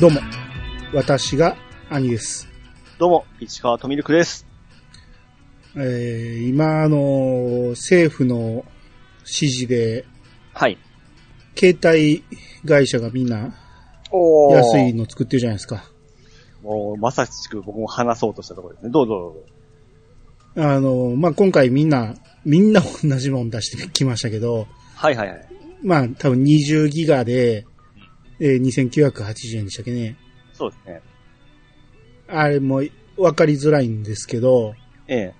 どうも、私が兄です。どうも、市川とみるくです。えー、今、あの、政府の指示で、はい。携帯会社がみんなお安い。の作ってるじゃないですか。もう、まさしく僕も話そうとしたところですね。どうぞどうぞ。あの、まあ、今回みんな、みんな同じもん出して きましたけど、はいはいはい。まあ、多分20ギガで、えー2980円でしたっけね。そうですね。あれも分かりづらいんですけど、ええ。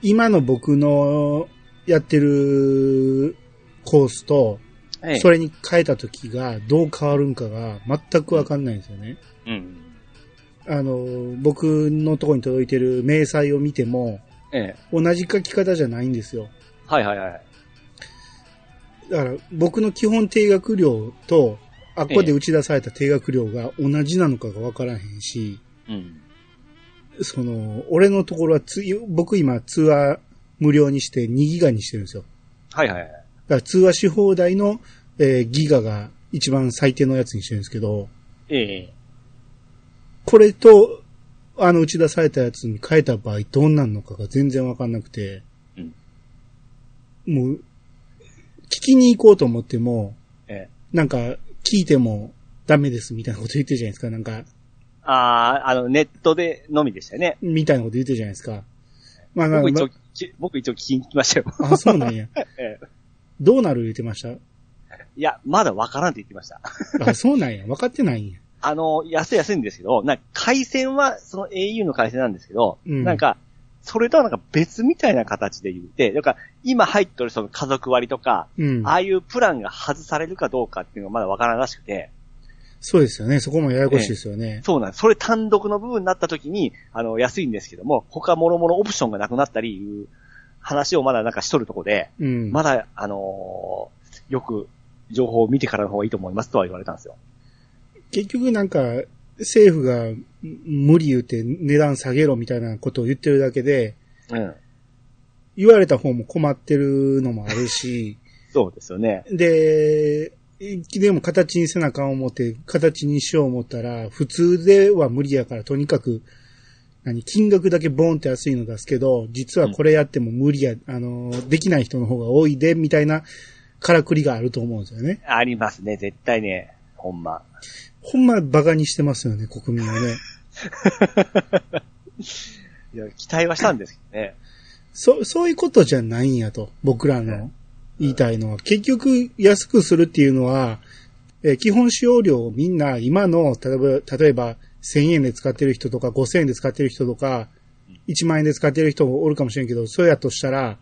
今の僕のやってるコースと、ええ。それに変えた時がどう変わるんかが全くわかんないんですよね。うん。あの、僕のとこに届いてる明細を見ても、ええ。同じ書き方じゃないんですよ。はいはいはい。だから僕の基本定額料と、あっこで打ち出された定額料が同じなのかがわからへんし、うん。その、俺のところはつ、僕今通話無料にして2ギガにしてるんですよ。はいはいはい。だから通話し放題の、えーギガが一番最低のやつにしてるんですけど、ええ。これと、あの、打ち出されたやつに変えた場合どうなんのかが全然わかんなくて、うんもう、聞きに行こうと思っても、ええ。なんか、聞いてもダメですみたいなこと言ってるじゃないですか、なんか、あー、あの、ネットでのみでしたよね。みたいなこと言ってるじゃないですか。まあ、まあ僕一ま応、き僕一応聞きに来ましたよ。あ、あ、そうなんや。 ええ。どうなる言ってましたいや、まだわからんって言ってました。あ、そうなんや。分かってないんや。あの、安い安いんですけど、なんか回線は、その au の回線なんですけど、うんなんか、それとはなんか別みたいな形で言って、なんか今入ってるその家族割とか、うん。ああいうプランが外されるかどうかっていうのがまだわからんらしくて、そうですよね。そこもややこしいですよね。そうなんです。それ単独の部分になった時に、あの、安いんですけども、他諸々オプションがなくなったりいう話をまだなんかしとるとこで、うん。まだ、あのーよく情報を見てからの方がいいと思いますとは言われたんですよ。結局なんか、政府がん無理言うて値段下げろみたいなことを言ってるだけで、うん。言われた方も困ってるのもあるし、 そうですよね。で、でも形にせなあかん思って、形にしよう思ったら、普通では無理やから、とにかく、何、金額だけボンって安いの出すけど、実はこれやっても無理や、あの、できない人の方が多いで、みたいなからくりがあると思うんですよね。ありますね、絶対ね。ほんま。ほんま馬鹿にしてますよね、国民はね。いや、期待はしたんですけどね。そ、そういうことじゃないんやと、僕らうの言いたいのは。結局、安くするっていうのは、えー基本使用料をみんな今の、例えば、例えば、1000円で使ってる人とか、5000円で使ってる人とか、1万円で使ってる人もおるかもしれんけど、そうやとしたら、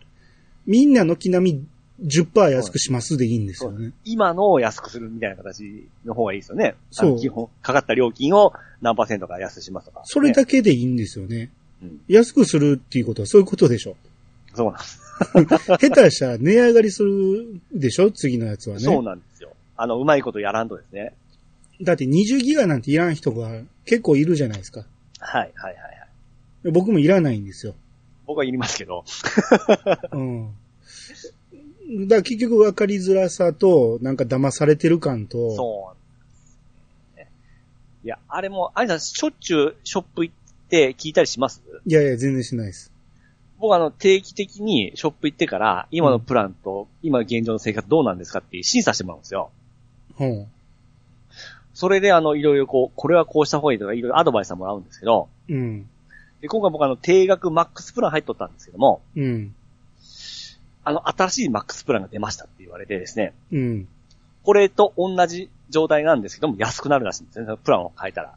みんな軒並み10%安くしますでいいんですよね。今のを安くするみたいな形の方がいいですよね。あのそう基本、かかった料金を何パーセントか安くしますとか、それねだけでいいんですよねうん。安くするっていうことはそういうことでしょ。そうなんです、下手したら値上がりするでしょ次のやつはね。そうなんですよ。あの、うまいことやらんとですね。だって20ギガなんていらん人が結構いるじゃないですか。はい、はい、はい。はい僕もいらないんですよ。僕はいりますけど。うん。だから結局分かりづらさと、なんか騙されてる感と、そうなんです、ね。いや、あれも、あれさん、しょっちゅうショップ行って聞いたりしますいやいや、全然しないです。僕あの、定期的にショップ行ってから、今のプランと、今の現状の生活どうなんですかっていう審査してもらうんですよ。うん。それであの、いろいろこう、これはこうした方がいいとか、いろいろアドバイスはもらうんですけど、うん。で、今回僕あの、定額マックスプラン入っとったんですけども、うん。あの、新しいマックスプランが出ましたって言われてですね、うん。これと同じ状態なんですけども、安くなるらしいんですね、そのプランを変えたら。だ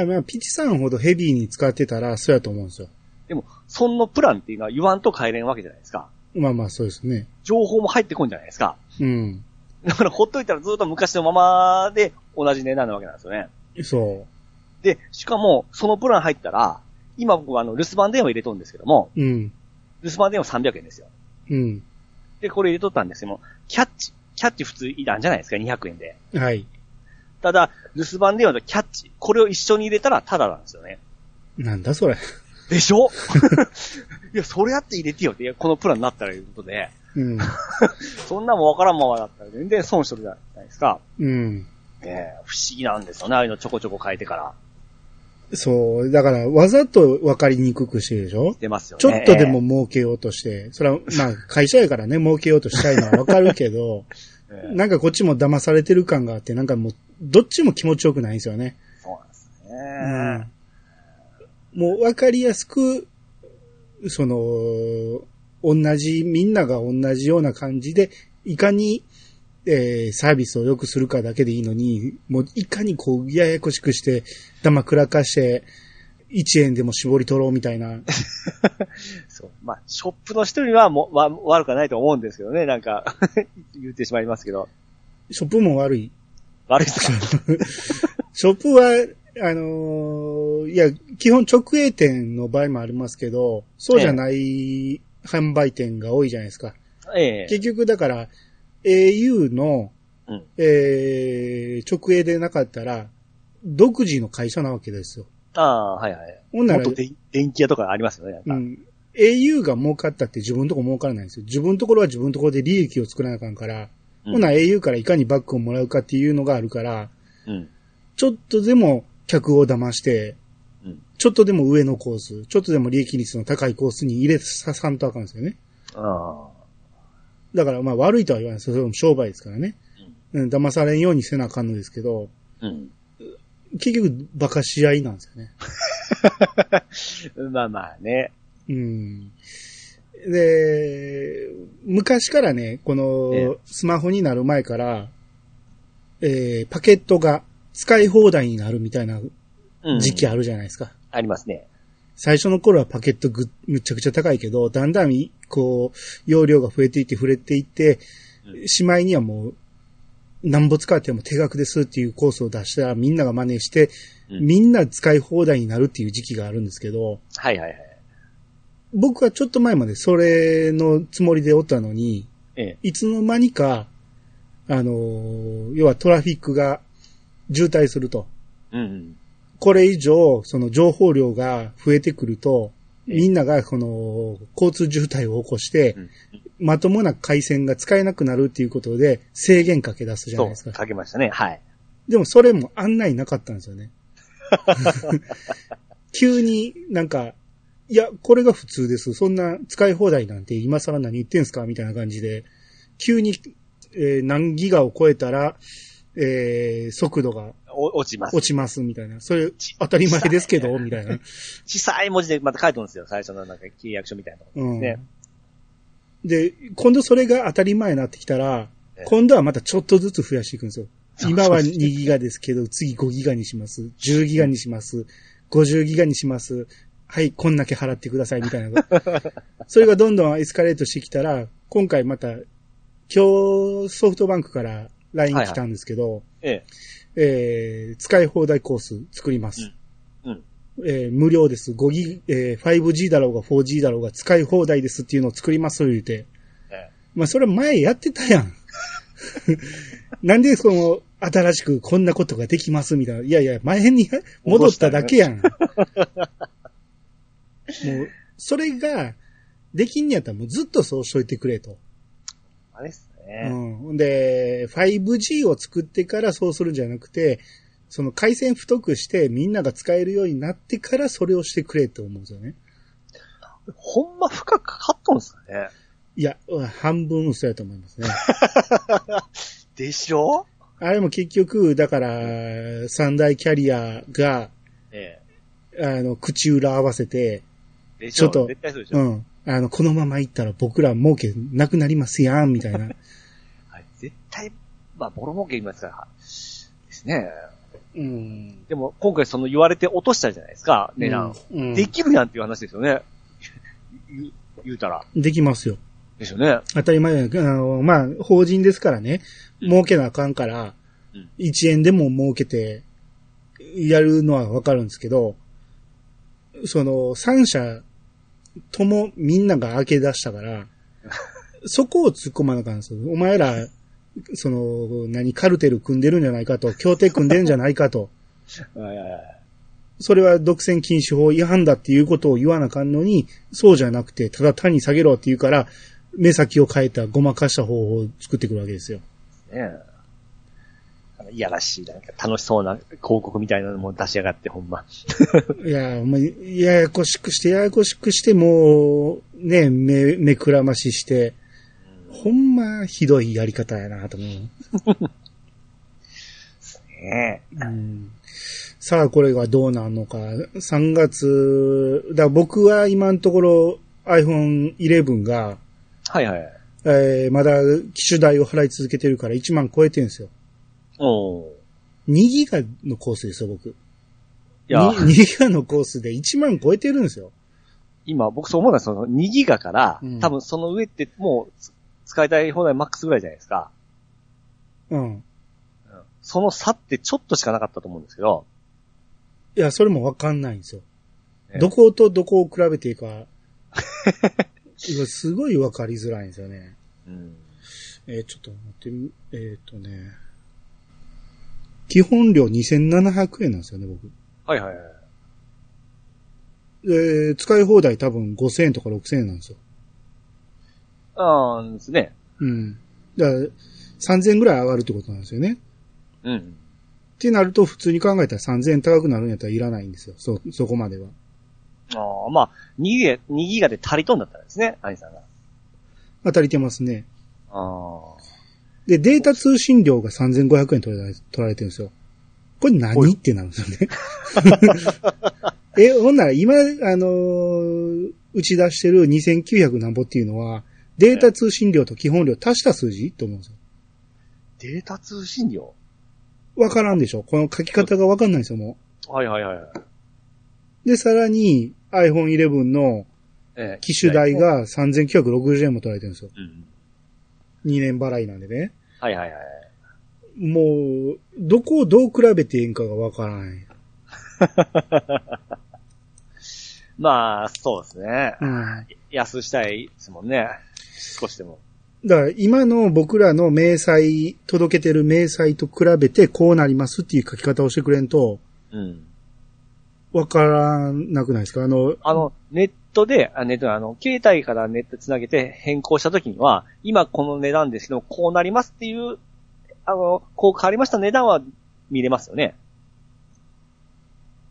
からまあ、ピチさんほどヘビーに使ってたら、そうやと思うんですよ。でも、そのプランっていうのは言わんと変えれんわけじゃないですか。まあまあ、そうですね。情報も入ってこんじゃないですか。うん。だから、ほっといたらずっと昔のままで同じ値段なわけなんですよね。そで、しかも、そのプラン入ったら、今僕はあの、留守番電話入れとるんですけども、う。うん。留守番電話300円ですよ。うん。で、これ入れとったんですけども、キャッチ、キャッチ普通いらんじゃないですか、200円で。はい。ただ、留守番電話とキャッチ、これを一緒に入れたらタダなんですよね。なんだそれ。でしょ いや、それやって入れてよって、いやこのプランになったらいうことで、うん。そんなもんわからんままだったら全然損しとるじゃないですか。うん。ね不思議なんですよね、ああいうのちょこちょこ変えてから。そう。だから、わざと分かりにくくしてるでしょ出ますよね。ちょっとでも儲けようとして、それ は、まあ、会社やからね、儲けようとしたいのは分かるけ ど、ええ、ええなんかこっちも騙されてる感があって、なんかもう、どっちも気持ちよくないんですよね。そうなんですね。うんもう分かりやすく、その、同じ、みんなが同じような感じで、いかに、えーサービスを良くするかだけでいいのに、もういかにこう、ややこしくして、玉くらかして、1円でも絞り取ろうみたいな。そう。まあ、ショップの人にはもう、わ、悪くはないと思うんですけどね、なんか、 言ってしまいますけど。ショップも悪い。悪いですかショップは、あのーいや、基本直営店の場合もありますけど、そうじゃない販売店が多いじゃないですか。ええ。結局だから、au の、うんえー直営でなかったら、独自の会社なわけですよ。ああ、はいはい。ほんなもっらと、で電気屋とかありますよね、なんうん、か。au が儲かったって自分のとこ儲からないんですよ。自分のところは自分のところで利益を作らなあかんから、うんほな au からいかにバックをもらうかっていうのがあるから、うん。ちょっとでも客を騙して、うんちょっとでも上のコース、ちょっとでも利益率の高いコースに入れささんとあかんですよね。あだからまあ悪いとは言わないです。それも商売ですからね。うん、騙されんようにせなあかんのですけど、あ。うん。結局馬鹿し合いなんですよね。まあまあね。うん。で、昔からね、こええのスマホになる前から、えーパケットが使い放題になるみたいなうん。時期あるじゃないですか。ありますね。最初の頃はパケットぐ、むちゃくちゃ高いけど、だんだんい、こう、容量が増えていって、触れていってうん、しまいにはもう、なんぼ使っても手額ですっていうコースを出したら、みんなが真似して、うんみんな使い放題になるっていう時期があるんですけど、はいはいはい。僕はちょっと前までそれのつもりでおったのに、ええ。いつの間にか、あのー要はトラフィックが渋滞すると。うんうん。これ以上、その情報量が増えてくると、みんながこの交通渋滞を起こしてう、んまともな回線が使えなくなるっていうことで制限かけ出すじゃないそですう、か。かけましたね。はい。でもそれも案内なかったんですよ ね。急になんか、いや、これが普通です。そんな使い放題なんて今更何言ってんすかみたいな感じで、急に、えー何ギガを超えたら、えー速度がお落ちます。落ちますみたいな。それ当たり前です けど、みたいな。小さい文字でまた書いてるんですよ。最初のなんか契約書みたいなとこうんねで、今度それが当たり前になってきたらええ、今度はまたちょっとずつ増やしていくんですよ。そう今は2ギガですけど、次5ギガにします。10ギガにします。50ギガにします。はい、こんだけ払ってください、みたいな。 それがどんどんエスカレートしてきたら、今回また、今日ソフトバンクから LINE 来たんですけど、ええー使い放題コース作ります。うんうんえー無料です。5ギ、えー 5G だろうが 4G だろうが使い放題ですっていうのを作ります、言うて。え。えまあ、それ前やってたやん。 なんでその、新しくこんなことができますみたいな。いやいや、前に戻っただけやん。も う、それが、できんやったらもうずっとそうしといてくれと。えあれっすうね。ん。ほんで、5G を作ってからそうするんじゃなくて、その回線太くしてみんなが使えるようになってからそれをしてくれと思うんですよね。ほんま深くかかっとんすかね。いや、半分嘘やと思いますね。でしょあれも結局、だから、三大キャリアが、えあの、口裏合わせて、え。でしょちょっと絶対そうでしょ、うん。あの、このまま行ったら僕ら儲けなくなりますやん、みたいな。はい。絶対、まあ、ボロ儲け言いますから。ですね。うん。でも、今回その言われて落としたじゃないですか、値段。うん。でできるやんっていう話ですよね。 言う言うたら。できますよ。ですよね。当たり前やけどあの、まあ、法人ですからね、うん儲けなあかんからうん、 1円でも儲けて、やるのはわかるんですけど、その、3社ともみんなが開け出した から、そこを突っ込まなあかんですよ。お前ら、その、何、カルテル組んでるんじゃないかと、協定組んでるんじゃないかと、はいはいはいそれは独占禁止法違反だっていうことを言わなあかんのに、そうじゃなくて、ただ単に下げろって言うから、目先を変えた、ごまかした方法を作ってくるわけですよ。ねえ。あのいやらしい、なんか楽しそうな広告みたいなのも出しやがって、ほんま。いや、もう、ややこしくして、ややこしくして、もう、ね、目、目くらましして、ほんま、ひどいやり方やなと思う。ねえ。うんさあ、これがどうなるのか。3月、だから僕は今のところ iPhone 11が、はいはい。えーまだ機種代を払い続けてるから1万超えてるんですよ。おー2ギガのコースですよ、僕。いや、 2ギガのコースで1万超えてるんですよ。今僕そう思うのは、その2ギガから、うん多分その上ってもうつ使いたい放題マックスぐらいじゃないですか。うん。その差ってちょっとしかなかったと思うんですけど、いや、それもわかんないんですよえ。えどことどこを比べていいか。 いやすごいわかりづらいんですよね。うん、えーちょっと待ってみ、えーっ、とね。基本料2700円なんですよね、僕。はいはいはい。えー使い放題多分5000円とか6000円なんですよ。あーですね。うん。だから、3000円ぐらい上がるってことなんですよね。うん。ってなると、普通に考えたら3000円高くなるんやったらいらないんですよ。そ、そこまでは。ああ、まあ、2ギガ、2ギガで足りとんだったんですね、アニさんが。まあ、足りてますね。あで、データ通信料が3500円取られ取られてるんですよ。これ何ってなるんですよね。 え、ほんなら今、あのー打ち出してる2900なんぼっていうのは、データ通信料と基本料足した数字と思うんですよ。データ通信料わからんでしょこの書き方がわかんないんですよ、もはいはいはい。う。で、さらに iPhone 11のええ機種代。が3960円も取られてるんですよ。うん。 2年払いなんでね。はいはいはい。もう、どこをどう比べていいんかがわからない。まあ、そうですね。うん。安したいですもんね。少しでも。だから今の僕らの明細、届けてる明細と比べてこうなりますっていう書き方をしてくれんと、うん。わからなくないですかあの、あの、ネットで、あネットあの、携帯からネットつなげて変更したときには、今この値段ですけど、こうなりますっていう、あの、こう変わりました値段は見れますよね。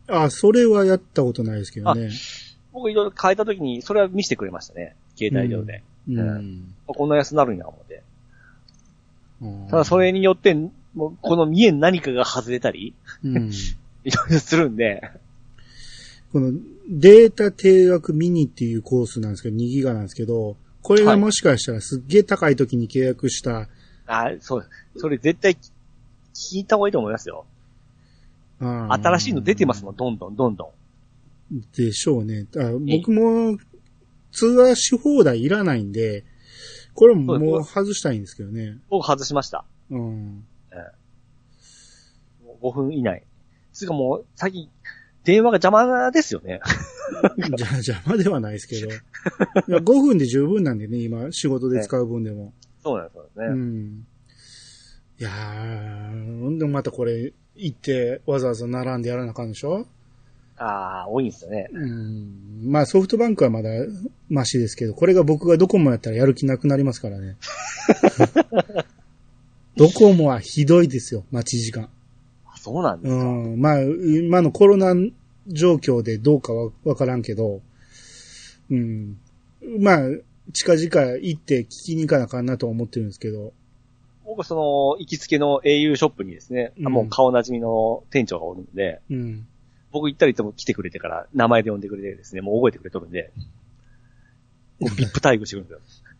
あ、それはやったことないですけどね。僕いろいろ変えたときに、それは見せてくれましたね。携帯上で。うん。あこんな安なるんや、思って。うんただそ、れによって、もうこの見えん何かが外れたり、 うん。いろいろするんで、このデータ定額ミニっていうコースなんですけど、2ギガなんですけど、これがもしかしたらすっげえ高い時に契約した、あそう、それ絶対聞いた方がいいと思いますよ。新新しいの出てますもん、どんどんどんどん。でしょうね。あ僕も通話し放題いらないんで、これももう外したいんですけどね。僕外しました。うん。もう5分以内。つうかもう、最近、電話が邪魔ですよね。 じゃ邪魔ではないですけど。いや5分で十分なんでね、今、仕事で使う分でも。そうなんですよね。うん。いやー、でもまたこれ、行って、わざわざ並んでやらなあかんでしょああ、多いんですよね。うん。まあ、ソフトバンクはまだ、マシですけど、これが僕がドコモやったらやる気なくなりますから ね。ドコモはひどいですよ、待ち時間。あそうなんですうか。ん、まあ、今のコロナ状況でどうかはわからんけど、うん。まあ、近々行って聞きに行かなあかんなとは思ってるんですけど、僕はその、行きつけの au ショップにですね、うんもう顔なじみの店長がおるんで、うん。僕行ったりとも来てくれてから、名前で呼んでくれてですね、もう覚えてくれとるんで、こうビップ待遇してく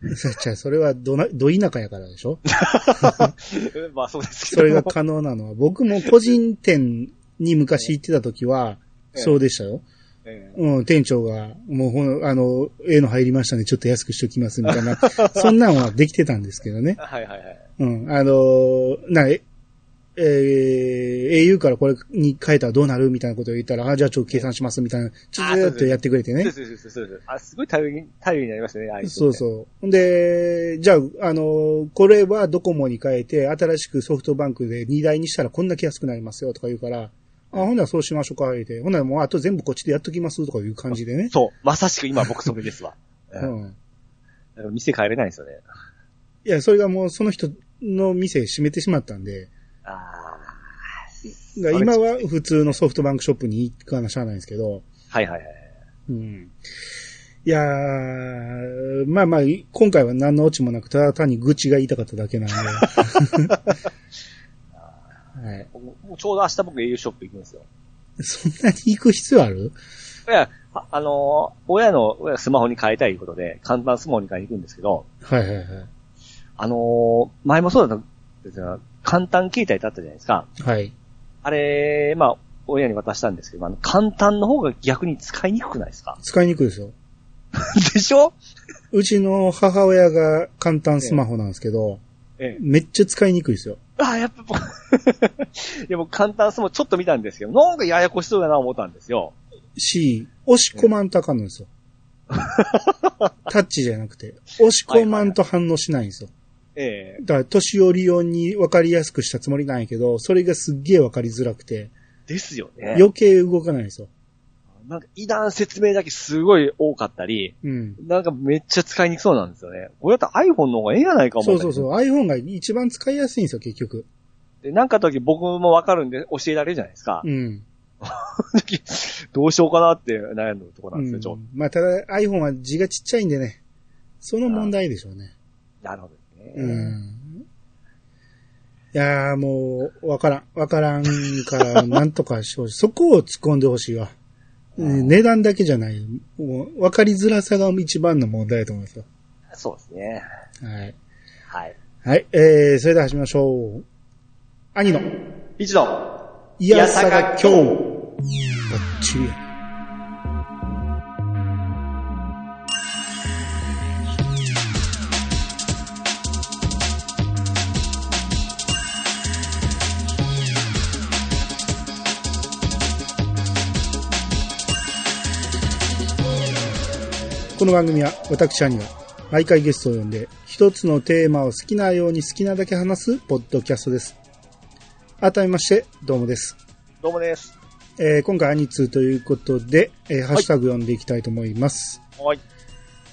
るんですよ。さっちゃん、それはどな、ど田舎やからでしょ まあそうですけど。それが可能なのは、僕も個人店に昔行ってた時は、 ええそうでしたよ。ええうん、店長が、もうほん、あの、ええの入りましたね、ちょっと安くしときます、みたい な。そんなんはできてたんですけどね。はいはいはい。うん、あのーな、え、えー au からこれに変えたらどうなるみたいなことを言ったら、あ、じゃあちょっと計算しますみたいな、ちょあそうそうっとやってくれてそねう。そうそうそうそう。あ、すごい頼りに、頼りになりましたね、あいつそうそう。ほんで、じゃあ、あのーこれはドコモに変えて、新しくソフトバンクで2台にしたらこんだけ安くなりますよとか言うから、あ、ほんならそうしましょうか、言うて。ほんならもうあと全部こっちでやっときますとかいう感じでね。そう。まさしく今僕それですわ。ええ うん。だから店帰れないんですよね。いや、それがもうその人の店閉めてしまったんで、あだから今は普通のソフトバンクショップに行かなしゃあないんですけど、はいはいはい。うん。いやー、まあまあ、い今回は何のオチもなく、ただ単に愚痴が言いたかっただけ なんで。はい、僕もうちょうど明日僕 au ショップ行くんですよ。そんなに行く必要あるいや、ああのー親の親スマホに変えたいということで、簡単スマホに変えに行くんですけど、はいはいはい。あのー前もそうだったんですが、簡単携帯ってあったじゃないですか。はい。あれ、まあ、親に渡したんですけど、あの、簡単の方が逆に使いにくくないで すか使いにくいですよ。でしょうちの母親が簡単スマホなんですけど、ええ。めっちゃ使いにくいですよ。あ、やっぱ僕 いや、僕簡単スマホちょっと見たんですけど、なんかややこしそうだな思ったんですよ。し、押し込まんとあかんのですよ。タッチじゃなくて、押し込まんと反応しないんですよ。ええ。だから、年寄り用に分かりやすくしたつもりなんやけど、それがすっげえ分かりづらくて、ですよね。余計動かないんですよ。なんか、異段説明だけすごい多かったり、うん。なんかめっちゃ使いにくそうなんですよね。これだったら iPhone の方がええやないか思そうそううそんう。iPhone が一番使いやすいんですよ、結局。だけど。で、なんかの時僕もわかるんで教えられるじゃないですか。うん。その時 どうしようかなって悩んでるとこなんですよ、ちょうっん、まあ、ただ iPhone は字がちっちゃいんでね。その問題でしょうね。と。なるほどね。うん。いやーもう、わからん。わからんから、なんとかしてほしい。そこを突っ込んでほしいわ。うん値段だけじゃない。もうわかりづらさが一番の問題だと思いますよ。そうですね。はい。はい。はい、えー、それでは始めましょう。兄の、一度、いややささがが今今日。日バッチリや。この番組は私兄が毎回ゲストを呼んで一つのテーマを好きなように好きなだけ話すポッドキャストです。改めまして、どうもです。どうもです。えー今回アニツーということで、えーハッシュタグ読んでいきたいと思います。はい。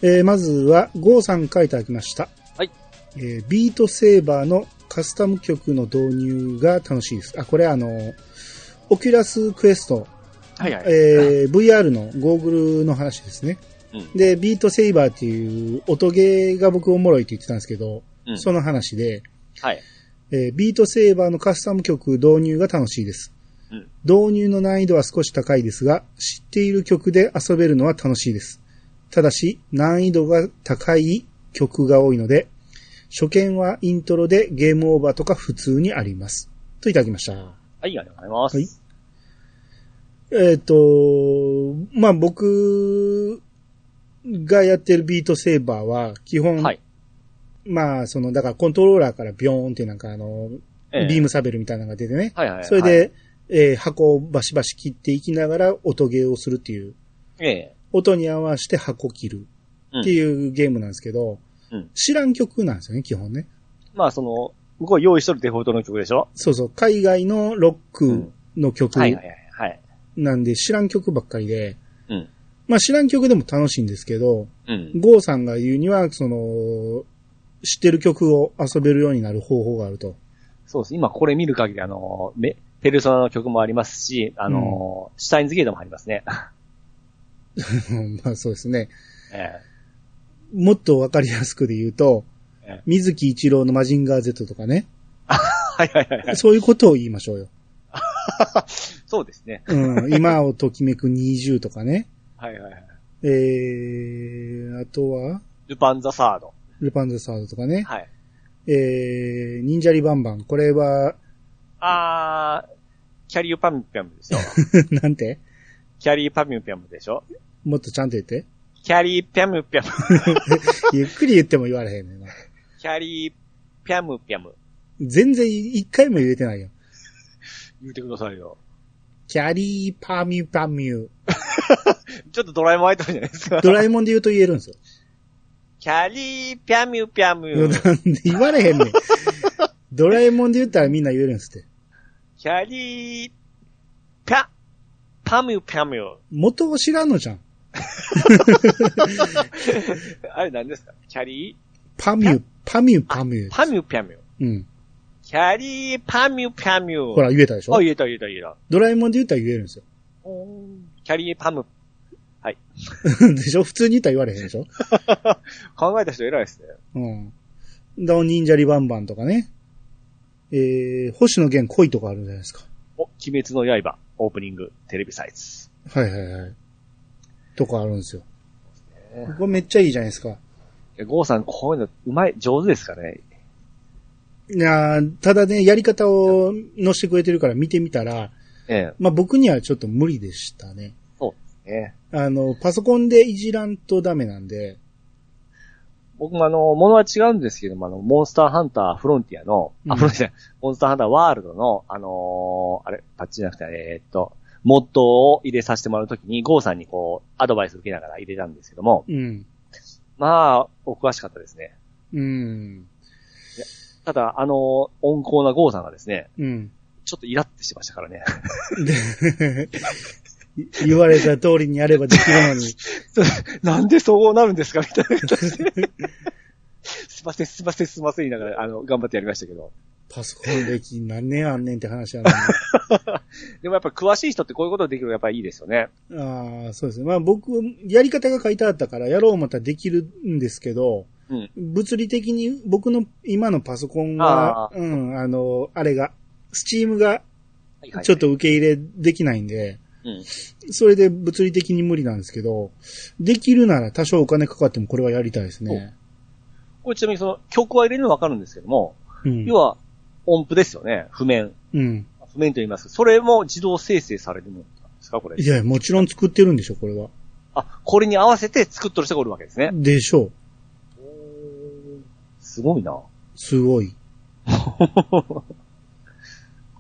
えーまずは、ゴーさんからいただきました。はい。えービートセーバーのカスタム曲の導入が楽しいです。あ、これあの、オキュラスクエスト、はいはい。えー VR のゴーグルの話ですね。うんで、ビートセイバーっていう音ゲーが僕おもろいって言ってたんですけど、うんその話で、はい。えービートセーバーのカスタム曲導入が楽しいです。うん導入の難易度は少し高いですが、知っている曲で遊べるのは楽しいです。ただし、難易度が高い曲が多いので、初見はイントロでゲームオーバーとか普通にあります。といただきました。はい、ありがとうございます。はいえっ、と、まあ、僕がやってるビートセーバーは、基本、はいまあ、その、だからコントローラーからビョーンってなんかあの、ええビームサベルみたいなのが出てね。はいはいはい。それで、えー箱をバシバシ切っていきながら音ゲーをするっていう、ええ、音に合わせて箱切るっていうゲームなんですけど、うん知らん曲なんですよね、基本ね。まあその、向こう用意しとるデフォルトの曲でしょそうそう、海外のロックの曲はいはいはいはい。なんで知らん曲ばっかりで、うん。まあ知らん曲でも楽しいんですけど、うん。ゴーさんが言うには、その、知ってる曲を遊べるようになる方法がある と。そうです。今これ見る限り、あの、めペルソナの曲もありますし、あの、シュタインズゲートもありますね。 まあそうですね。えもっとわかりやすくで言うとええ、水木一郎のマジンガー Z とかね。えはいはいはいはい。そういうことを言いましょうよ。そうですね。うん、今をときめく20とかね。はいはいはい。えー、あとは、ルパンザサード。ルパンザサードとかね。はい。えー、忍者リバンバン。これは、 あー、キャリーパミュピャム でしょなんてキャリーパミュピャムでしょもっとちゃんと言って。キャリーピャムピャム。ゆっくり言っても言われへんねんな。キャリーピャムピャム。全然一回も言えてないよ。言うてくださいよ。キャリーパミュパミュ。ちょっとドラえもん入ってるじゃな いですか。ドラえもんで言うと言えるんですよ。キャリーピャミュピャ余ム。談で言われへんねん。ドラえもんで言ったらみんな言えるんですって。キャリー、ピャ、パミュピャミュ。元を知らんのじゃん。あれ何ですかキャリー、パミュ、パミュパミュ。パミュピャミュ。うん。キキャリーパミュパミュ。ほら、言えたでしょあ、言えた言えた言えた。ドラえもんで言ったら言えるんですよ。 キャリーパム。でしょ普通に言ったら言われへんでしょ考えた人偉いですね。うん。ダオ忍者リバンバンとかね。えー、星野源恋とかあるじゃないですか。お、鬼滅の刃、オープニング、テレビサイズ。はいはいはい。とかあるんですよ。ねここめっちゃいいじゃないですか。いやゴーさん、こういうの、うまい、上手ですかね。いやーただね、やり方を載せてくれてるから見てみたら、えまあ僕にはちょっと無理でしたね。え。ねあの、パソコンでいじらんとダメなんで、僕もあの、ものは違うんですけども、あの、モンスターハンターフロンティアの、うんあ、フロンティアじゃない、モンスターハンターワールドの、あのーあれ、パッチじゃなくて、えーっと、モッドを入れさせてもらうときに、ゴーさんにこう、アドバイス受けながら入れたんですけども、うん。まあ、お詳しかったですね。うん。ただ、あの、温厚なゴーさんがですね、うん。ちょっとイラってしてましたからね。 で 言われた通りにやればできるのに。なんでそうなるんですかみたいな形で。 すいません、すいません、すいません、言いながら、あの、頑張ってやりましたけど。パソコン歴何年あんねんって話やな。でもやっぱ詳しい人ってこういうことできるのがやっぱりいいですよね。ああ、そうですね。まあ僕、やり方が書いてあったから、やろう思ったらできるんですけど、うん物理的に僕の今のパソコンが、あうん、あの、あれが、スチームがはいはい。ちょっと受け入れできないんで、うんそれで物理的に無理なんですけど、できるなら多少お金かかってもこれはやりたいですね。これちなみにその曲は入れるのわかるんですけども、うん要。は音符ですよね。譜面。うん。譜面と言いますけどそれも自動生成されるものなんですかこれい。や、もちろん作ってるんでしょ、これは。あ、これに合わせて作っとる人がおるわけですね。でしょう。すごいな。すごい。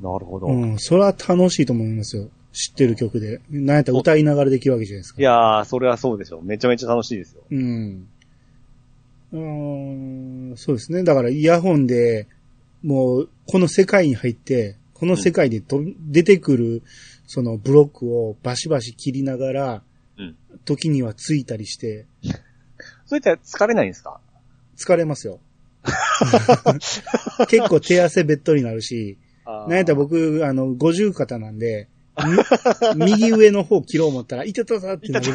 なるほど。うん、それは楽しいと思いますよ。知ってる曲で。なんやったら歌いながらできるわけじゃないですか。いやー、それはそうでしょう。めちゃめちゃ楽しいですよ。うん。うーん、そうですね。だからイヤホンで、もう、この世界に入って、この世界でと、出てくる、そのブロックをバシバシ切りながら、うん時にはついたりして、そういったら疲れないんですか疲れますよ。 結構手汗べっとりになるし、あーなんやったら僕、あの、五十肩なんで、み 右上の方切ろう思ったら、いたたたってなる。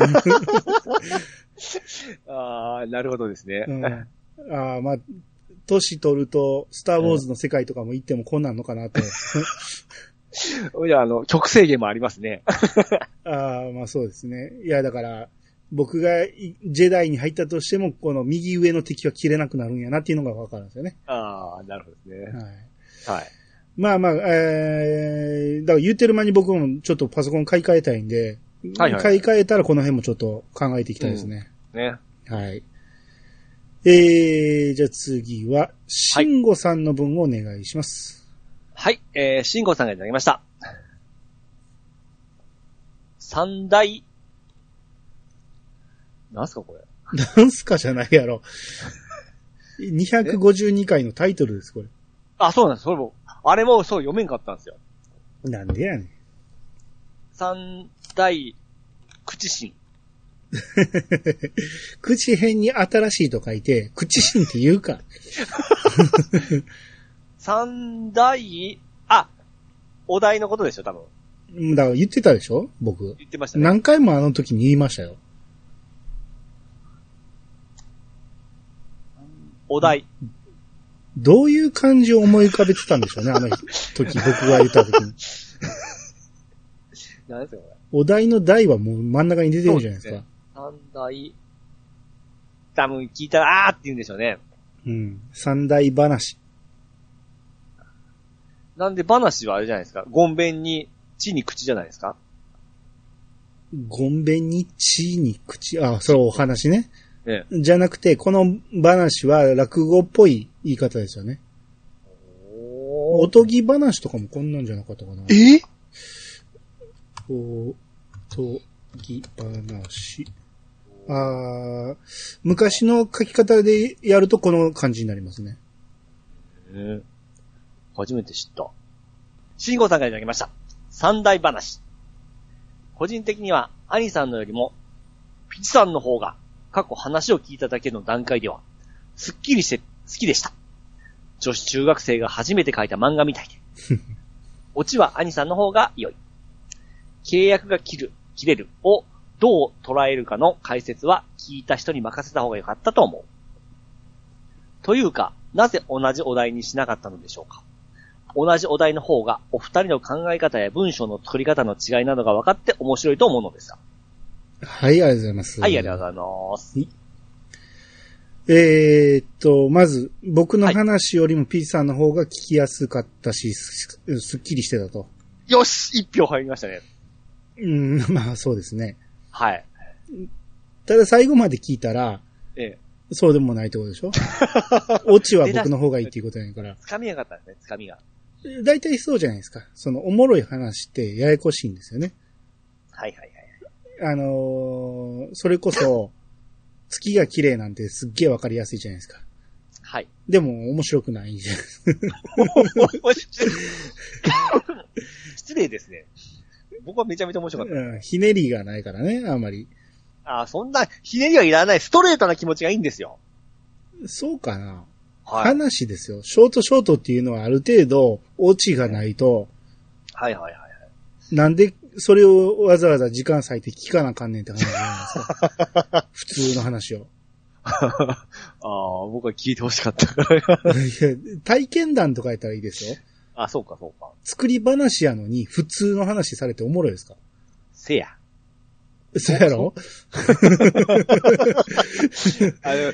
あーなるほどですね。うん、ああ、まあ、年取ると、スターウォーズの世界とかも行ってもこんなんのかな と。じゃあ、あの、曲制限もありますね。ああ、まあそうですね。いや、だから、僕がいジェダイに入ったとしても、この右上の敵は切れなくなるんやなっていうのがわかるんですよね。ああ、なるほどですはね。い。はい。まあまあ、えー、だから言ってる間に僕もちょっとパソコン買い替えたいんで、はいはい買い替えたらこの辺もちょっと考えていきたいですね。ね。はい。えー、じゃあ次は、シンゴさんの分をお願いします。はい、えー、慎吾さんがいただきました。三大、なんすかこれ。なんすかじゃないやろ。252回のタイトルです、これ。あ、そうなんです。それも、あれもそう読めんかったんですよ。なんでやねん。三大、口心。口辺に新しいと書いて、口芯って言うか。三大、あ、お題のことでしょ、多分。うんだから言ってたでしょ僕。言ってましたね。何回もあの時に言いましたよ。お題。どういう漢字を思い浮かべてたんでしょうね、あの時、僕が言った時に。何ですかこれ。お題の題はもう真ん中に出てるじゃないですか。三大、多分聞いたら、あーって言うんでしょうね。うん。三大話。なんで話はあれじゃないですか。ごんべんに、地に口じゃないですか。ごんべんに、地に、口、あ、そう、お話ね。えじゃなくて、この話は落語っぽい言い方ですよね。おおとぎ話とかもこんなんじゃなかったかな。えおとぎ話。あー昔の書き方でやるとこの感じになりますね。え初めて知った。慎吾さんからいただきました。三大話。個人的には、兄さんのよりも、ピチさんの方が、過去話を聞いただけの段階では、すっきりして、好きでした。女子中学生が初めて書いた漫画みたいで。オチは兄さんの方が良い。契約が切る、切れるをどう捉えるかの解説は聞いた人に任せた方が良かったと思う。というか、なぜ同じお題にしなかったのでしょうか同じお題の方がお二人の考え方や文章の取り方の違いなどが分かって面白いと思うのですが。はい、ありがとうございます。はい、ありがとうございます。えーっと、まず、僕の話よりも P さんの方が聞きやすかったし、すすっきりしてたと。よし一票入りましたね。うん、 まあそうですね。はい。ただ最後まで聞いたら、ええ。そうでもないってことでしょオチは僕の方がいいっていうことやから。掴みやがったんですね、掴みが。大体そうじゃないですか。その、おもろい話ってややこしいんですよね。はいはいはい。あのーそれこそ、月が綺麗なんてすっげえわかりやすいじゃないですか。はい。でも面白くないじゃん。 失礼ですね。僕はめちゃめちゃ面白かっうんひねりがないからね、あんまり。た。あーそんな、ひねりはいらない、ストレートな気持ちがいいんですよ。そうかな、はい。話ですよ。ショートショートっていうのはある程度、オチがないと、はいはいはい。なんでそれをわざわざ時間割いて聞かなあかんねんって話じゃない ですか。普通の話を。ああ、僕は聞いてほしかったから。いや体験談とかやったらいいですよ。あ、そうかそうか。作り話やのに普通の話されておもろいですかせや。そうやろあの、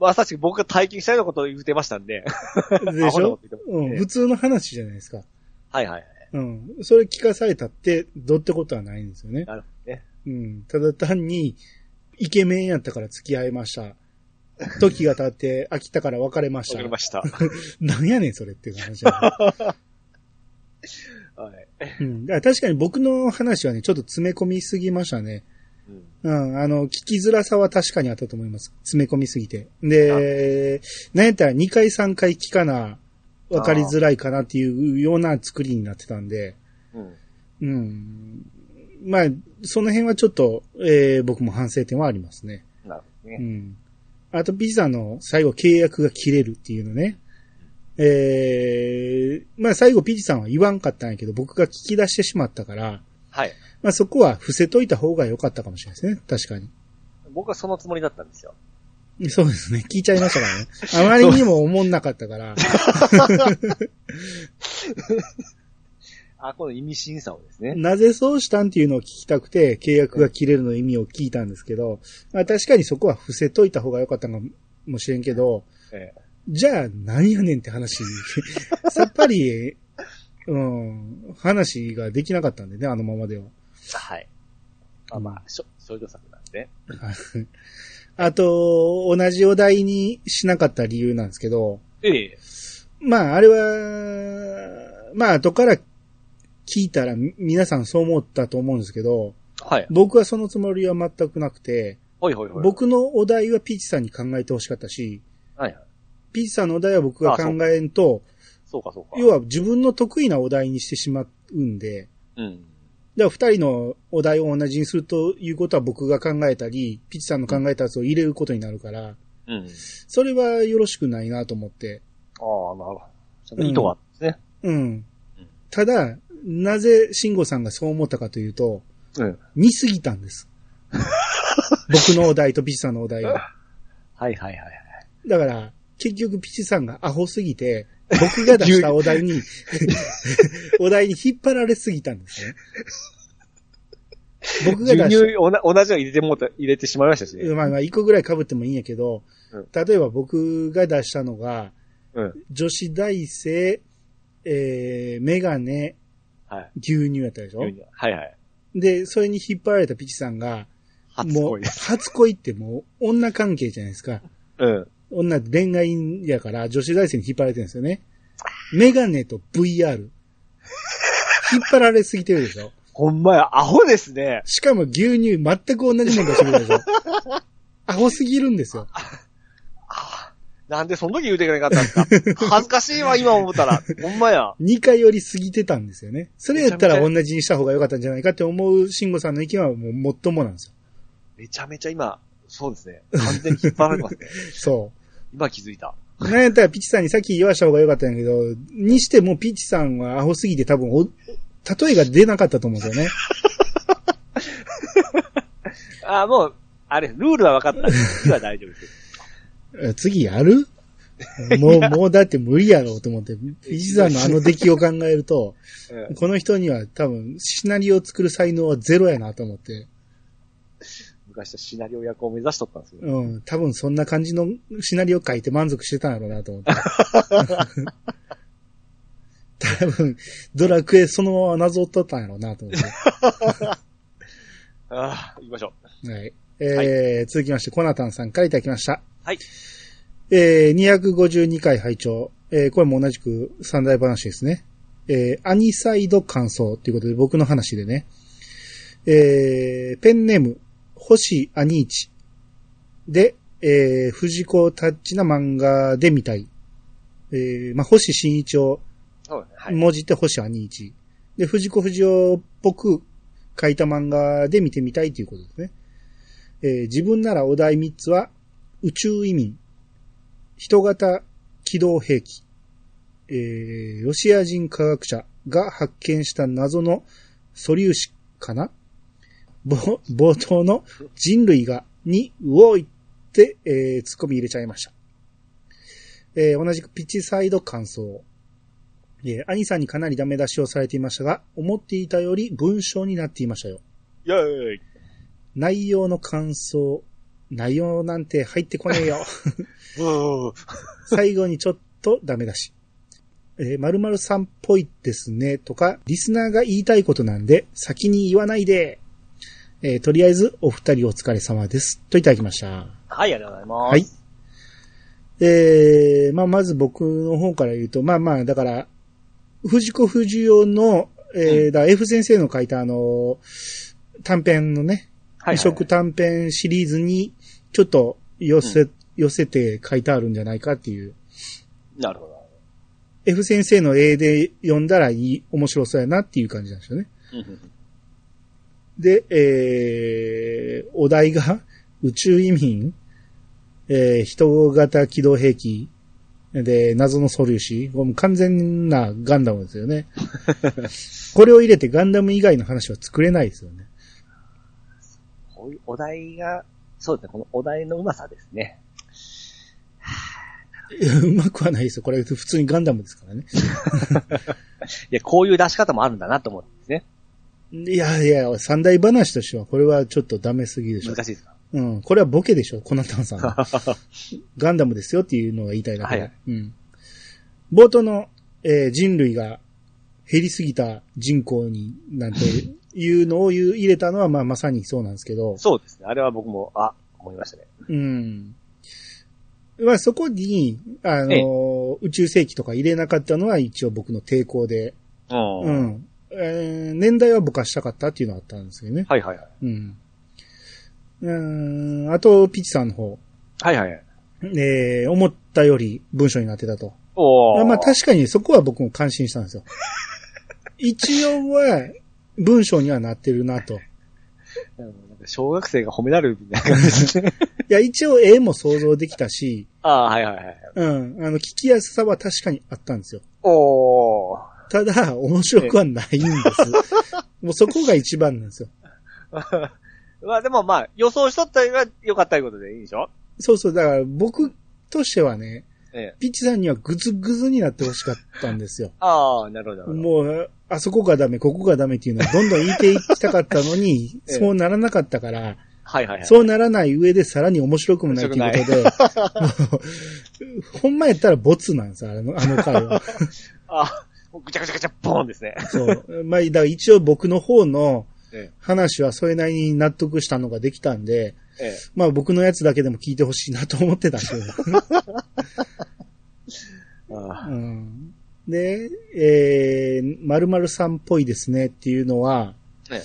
まさしく僕が体験したようなことを言ってましたんで。 でしょ、ううんん、普通の話じゃないですか。はいはいはい。うん。それ聞かされたって、どうってことはないんですよね。なるほどね。うん。ただ単に、イケメンやったから付き合いました。時が経って飽きたから別れましわたかり。 ました。なんやねん、それっていう話だね、はい。 うん。だから確かに僕の話はね、ちょっと詰め込みすぎましたね。うんうん、あの、聞きづらさは確かにあったと思います。詰め込みすぎて。で、なんやったら2回3回聞かな、わかりづらいかなっていうような作りになってたんで、うん。うん。まあ、その辺はちょっと、えー僕も反省点はありますね。なるほどうね。ん。あと、ビザの最後、契約が切れるっていうのね。えー、まあ最後、ピジさんは言わんかったんやけど、僕が聞き出してしまったから、はい。まあそこは伏せといた方が良かったかもしれないですね。確かに。僕はそのつもりだったんですよ。そうですね。聞いちゃいましたからね。あまりにも思んなかったから。あ、この意味審査をですね。なぜそうしたんっていうのを聞きたくて、契約が切れるの意味を聞いたんですけど、まあ確かにそこは伏せといた方が良かったかもしれんけど、えじゃあなんやねんって話、 さっぱり、うん、話ができなかったんでね、あのままでは。えはい。まあまあ、しょ少女作なんで。あと、同じお題にしなかった理由なんですけど、ええ。まあ、あれは、まあ、後から聞いたらみ皆さんそう思ったと思うんですけど、はい。僕はそのつもりは全くなくて、ほいほいほい。僕のお題はピーチさんに考えてほしかったし、はいはい。ピーチさんのお題は僕が考えんと、そうかそうか。要は自分の得意なお題にしてしまうんで、うん。だから二人のお題を同じにするということは僕が考えたり、ピーチさんの考えたやつを入れることになるから、うん。それはよろしくないなと思って、ああ、なるほど。ちゃんと意図があったんですね。うん。ただ、なぜ、慎吾さんがそう思ったかというと、うん。似すぎたんです。僕のお題とピチさんのお題が。はいはいはいはい。だから、結局ピチさんがアホすぎて、僕が出したお題に、お題に引っ張られすぎたんですね。僕が牛出し乳おな同じの入れてもうた、入れてしまいましたしね。た、まあまあ、一個ぐらい被ってもいいんやけどうん、例えば僕が出したのが、うん。女子大生、えー、メガネ、はい。牛乳やったでしょ牛乳。はいはい。で、それに引っ張られたピチさんが、初もう恋です。初恋ってもう女関係じゃないですか。うん。女恋愛やから女子大生に引っ張られてるんですよね。メガネと VR。引っ張られすぎてるでしょ。ほんまや、アホですね。しかも牛乳全く同じもん出してくる でしょ。アホすぎるんですよ。ああなんでその時言うてくれなかったんで すか恥ずかしいわ、今思ったら。ほんまや。 2回より過ぎてたんですよね。それやったら同じにした方が良かったんじゃないかって思う慎吾さんの意見はもうもっともなんですよ。めちゃめちゃ今、そうですね。完全に引っ張られてますね。そ今気づいた。なんやったらピチさんにさっき言わした方がよかったんやけど、にしてもピチさんはアホすぎて多分お、例えが出なかったと思うんですよね。ああ、もう、あれ、ルールは分かった。次は大丈 夫です。え次やるもう、 もうだって無理やろうと思って、ピチさんのあの出来を考えると、うんこの人には多分シナリオを作る才能はゼロやなと思って、昔はシナリオ役を目指しとったんですよ。うん、多分そんな感じのシナリオ書いて満足してたんやろうなと思って。多分、ドラクエそのままなぞっとったんやろうなと思って。ああ、行きましょう。はい。えー続きまして、コナタンさんからいただきました。はい。えー、252回拝聴えー、これも同じく三大話ですね。えー、アニサイド感想ということで僕の話でね。えー、ペンネーム、星アニーチで、えー、藤子タッチな漫画で見たい。えー、まあ、星新一をそうですねはい。文字って星兄一。で、藤子不二雄っぽく書いた漫画で見てみたいということですね。えー自分ならお題3つは、宇宙移民、人型機動兵器、えーロシア人科学者が発見した謎の素粒子かなぼ冒頭の人類が、に、うおいって、えー突っ込み入れちゃいました。えー同じくピッチサイド感想。えー、兄さんにかなりダメ出しをされていましたが、思っていたより文章になっていましたよ。イェーイ内容の感想、内容なんて入ってこねえよ。うー最後にちょっとダメ出し。えー、〇〇さんっぽいですね、とか、リスナーが言いたいことなんで、先に言わないで。えーとりあえず、お二人お疲れ様です。といただきました。はい、ありがとうございます。はい。えー、まあ、まず僕の方から言うと、まあまあ、だから、藤子不二雄の、えー、だから F 先生の書いたあの、短編のね、はい。移植短編シリーズに、ちょっと寄せ、寄せて書いてあるんじゃないかっていう。なるほど。 F 先生の絵で読んだらいい、面白そうやなっていう感じなんですよね。うんうんで、えー、お題が、宇宙移民、えー、人型機動兵器、で、謎の素粒子、もう完全なガンダムですよね。これを入れてガンダム以外の話は作れないですよね。 こういうお題が、そうですね、このお題のうまさですね。いやうまくはないですよ。これ普通にガンダムですからね。いや、こういう出し方もあるんだなと思うんですね。いやいや、三大話としてはこれはちょっとダメすぎでしょ難。しいですかうん。これはボケでしょ、コナタ ンさんの。ガンダムですよっていうのが言いたいだけで。はいうん。冒頭の、えー人類が減りすぎた人口に、なんていうのを言う入れたのは、まあまさにそうなんですけど。そうですね。あれは僕も、あ、思いましたね。うん。まあそこに、あのーえ宇宙世紀とか入れなかったのは一応僕の抵抗で。うう。ん。えー年代はぼかしたかったっていうのはあったんですけどね。はいはいはい。うん。うん。あと、ピチさんの方。はいはいはい。えー思ったより文章になってたと。おまあー。まあ確かにそこは僕も感心したん ですよ。一応は文章にはなってるなと。いなんか小学生が褒められるみたいな感じで すね。や、一応絵も想像できたし、ああー、はいはいはい。うん、あの、聞きやすさは確かにあったんですよ。おー。ただ、面白くはないんです。 もうそこが一番なんですよ。まあでもまあ、予想しとったよりは良かったということでいいでしょそうそう、だから僕としてはね、ええ。ピッチさんにはグズグズになってほしかったんですよ。ああ、なるほどなるほど。もう、あそこがダメ、ここがダメっていうのはどんどん言っていきたかったのに、 ええそうならなかったから、はいはいはい。そうならない上でさらに面白くもないということで、ほんまやったらボツなんですよ、あの、あの回 は。ああ、もうぐちゃぐちゃぐちゃ、ボーンです ね。そう。まあ、だから一応僕の方のえ話はそれなりに納得したのができたんで、え。えまあ僕のやつだけでも聞いてほしいなと思ってたんです けど。え。ああうん、で、えー、〇〇さんっぽいですねっていうのは、え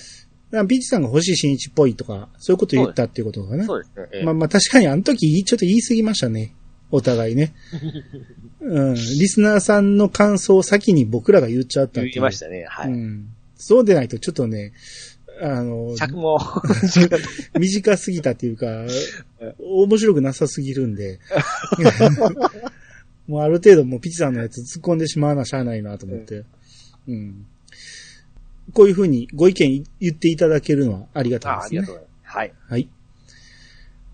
なんかピーチさんが星新一っぽいとか、そういうこと言ったっていうことかえな。そうですね。ええまあまあ確かにあの時ちょっと言い過ぎましたね。お互い ね。うん。リスナーさんの感想を先に僕らが言っちゃったって言いういましたね。はうい。ん。そうでないとちょっとね、あの、着 も。 短 すぎたっていうか、面白くなさすぎるんで。 もうある程度もうピチさんのやつ突っ込んでしまうのはしゃあないなと思って。うん。こういうふうにご意見言っていただけるのはありがたいあであすりねがと。うございます。はい。はい。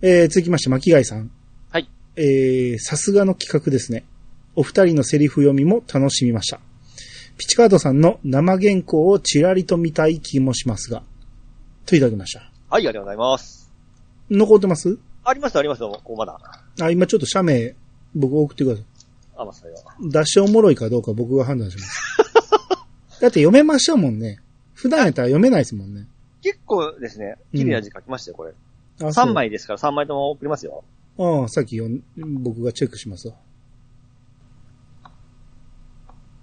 えー、続きまして、巻貝さん。はい。えー、さすがの企画ですね。お二人のセリフ読みも楽しみました。ピチカードさんの生原稿をちらりと見たい気もしますが、といただきました。はい、ありがとうございます。残ってますありました、ありました、こうまだ。あ、今ちょっと社名、僕送ってください。あ、まあ、それは。出しておもろいかどうか僕が判断します。 だって読めましたもんね。普段やったら読めないですもんね。結構ですね、綺麗な字書きましたよ、これ。あ3。枚ですから3枚とも送りますよ。そうああ、さっき読ん僕がチェックしますわ。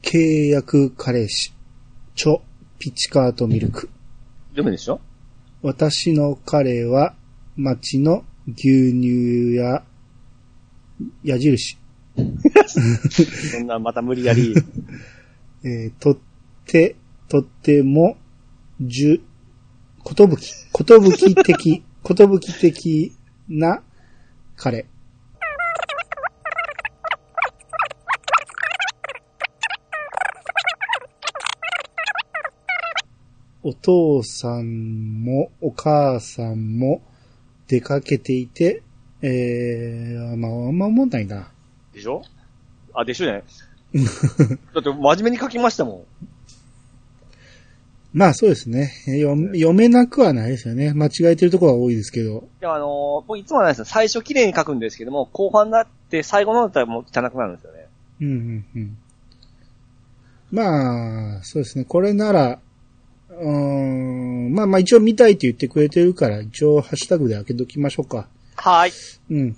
契約彼氏、チョ、ピチカートミルク。読むでしょ私の彼は、町の牛乳や、矢印。そんな、また無理 やり。えーとって、とっても、じゅ、ことぶき、ことぶき的、 ことぶき的な彼。お父さんもお母さんも出かけていて、えー、まあ、あんま思んないな。でしょあ、でしょじ ゃない。だって、真面目に書きましたもまあそうですね。読め読めなくはないですよね。間違えてるところは多いですけど。ん。でもあのー僕いつもはないですよ最初綺麗に書くんですけども、後半になって最後のだったらもう汚くなるんですよね。うんうんうん。まあ、そうですね。これなら、うーん、まあまあ一応見たいって言ってくれてるから、一応ハッシュタグで開けときましょうか。はーい。うん。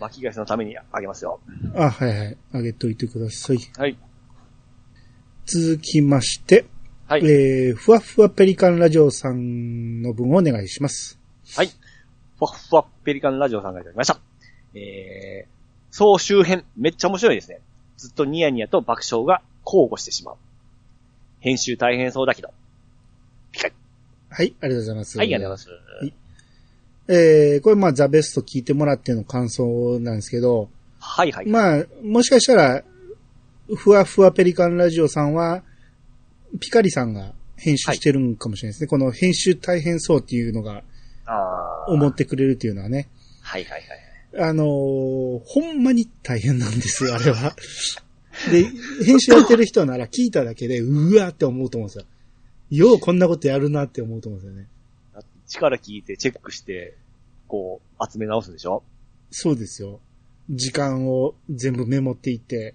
巻き返しのためにあげますよ。あ、はいはい。開けといてください。はい。続きまして、はい。えー、ふわふわペリカンラジオさんの分をお願いします。はい。ふわっふわペリカンラジオさんがいただきました。えー、総集編、めっちゃ面白いですね。ずっとニヤニヤと爆笑が交互してしまう。編集大変そうだけど。はい、ありがとうございます。はい、ありがとうございはまいえー、これまあザベスト聞いてもらっての感想なんですけど、す。はい、はい。まあ、もしかしたら、ふわふわペリカンラジオさんは、ピカリさんが編集してるんかもしれないですね。この編集大変そうっていうのがあー思ってくれるっていうのはね。はい、はい、はい。あのーほんまに大変なんですよ、あれは。で、編集やってる人なら聞いただけで、うわーって思うと思うんですよ。ようこんなことやるなって思うと思うんですよね。力聞いて、チェックして、こう、集め直すでしょそうですよ。時間を全部メモっていって、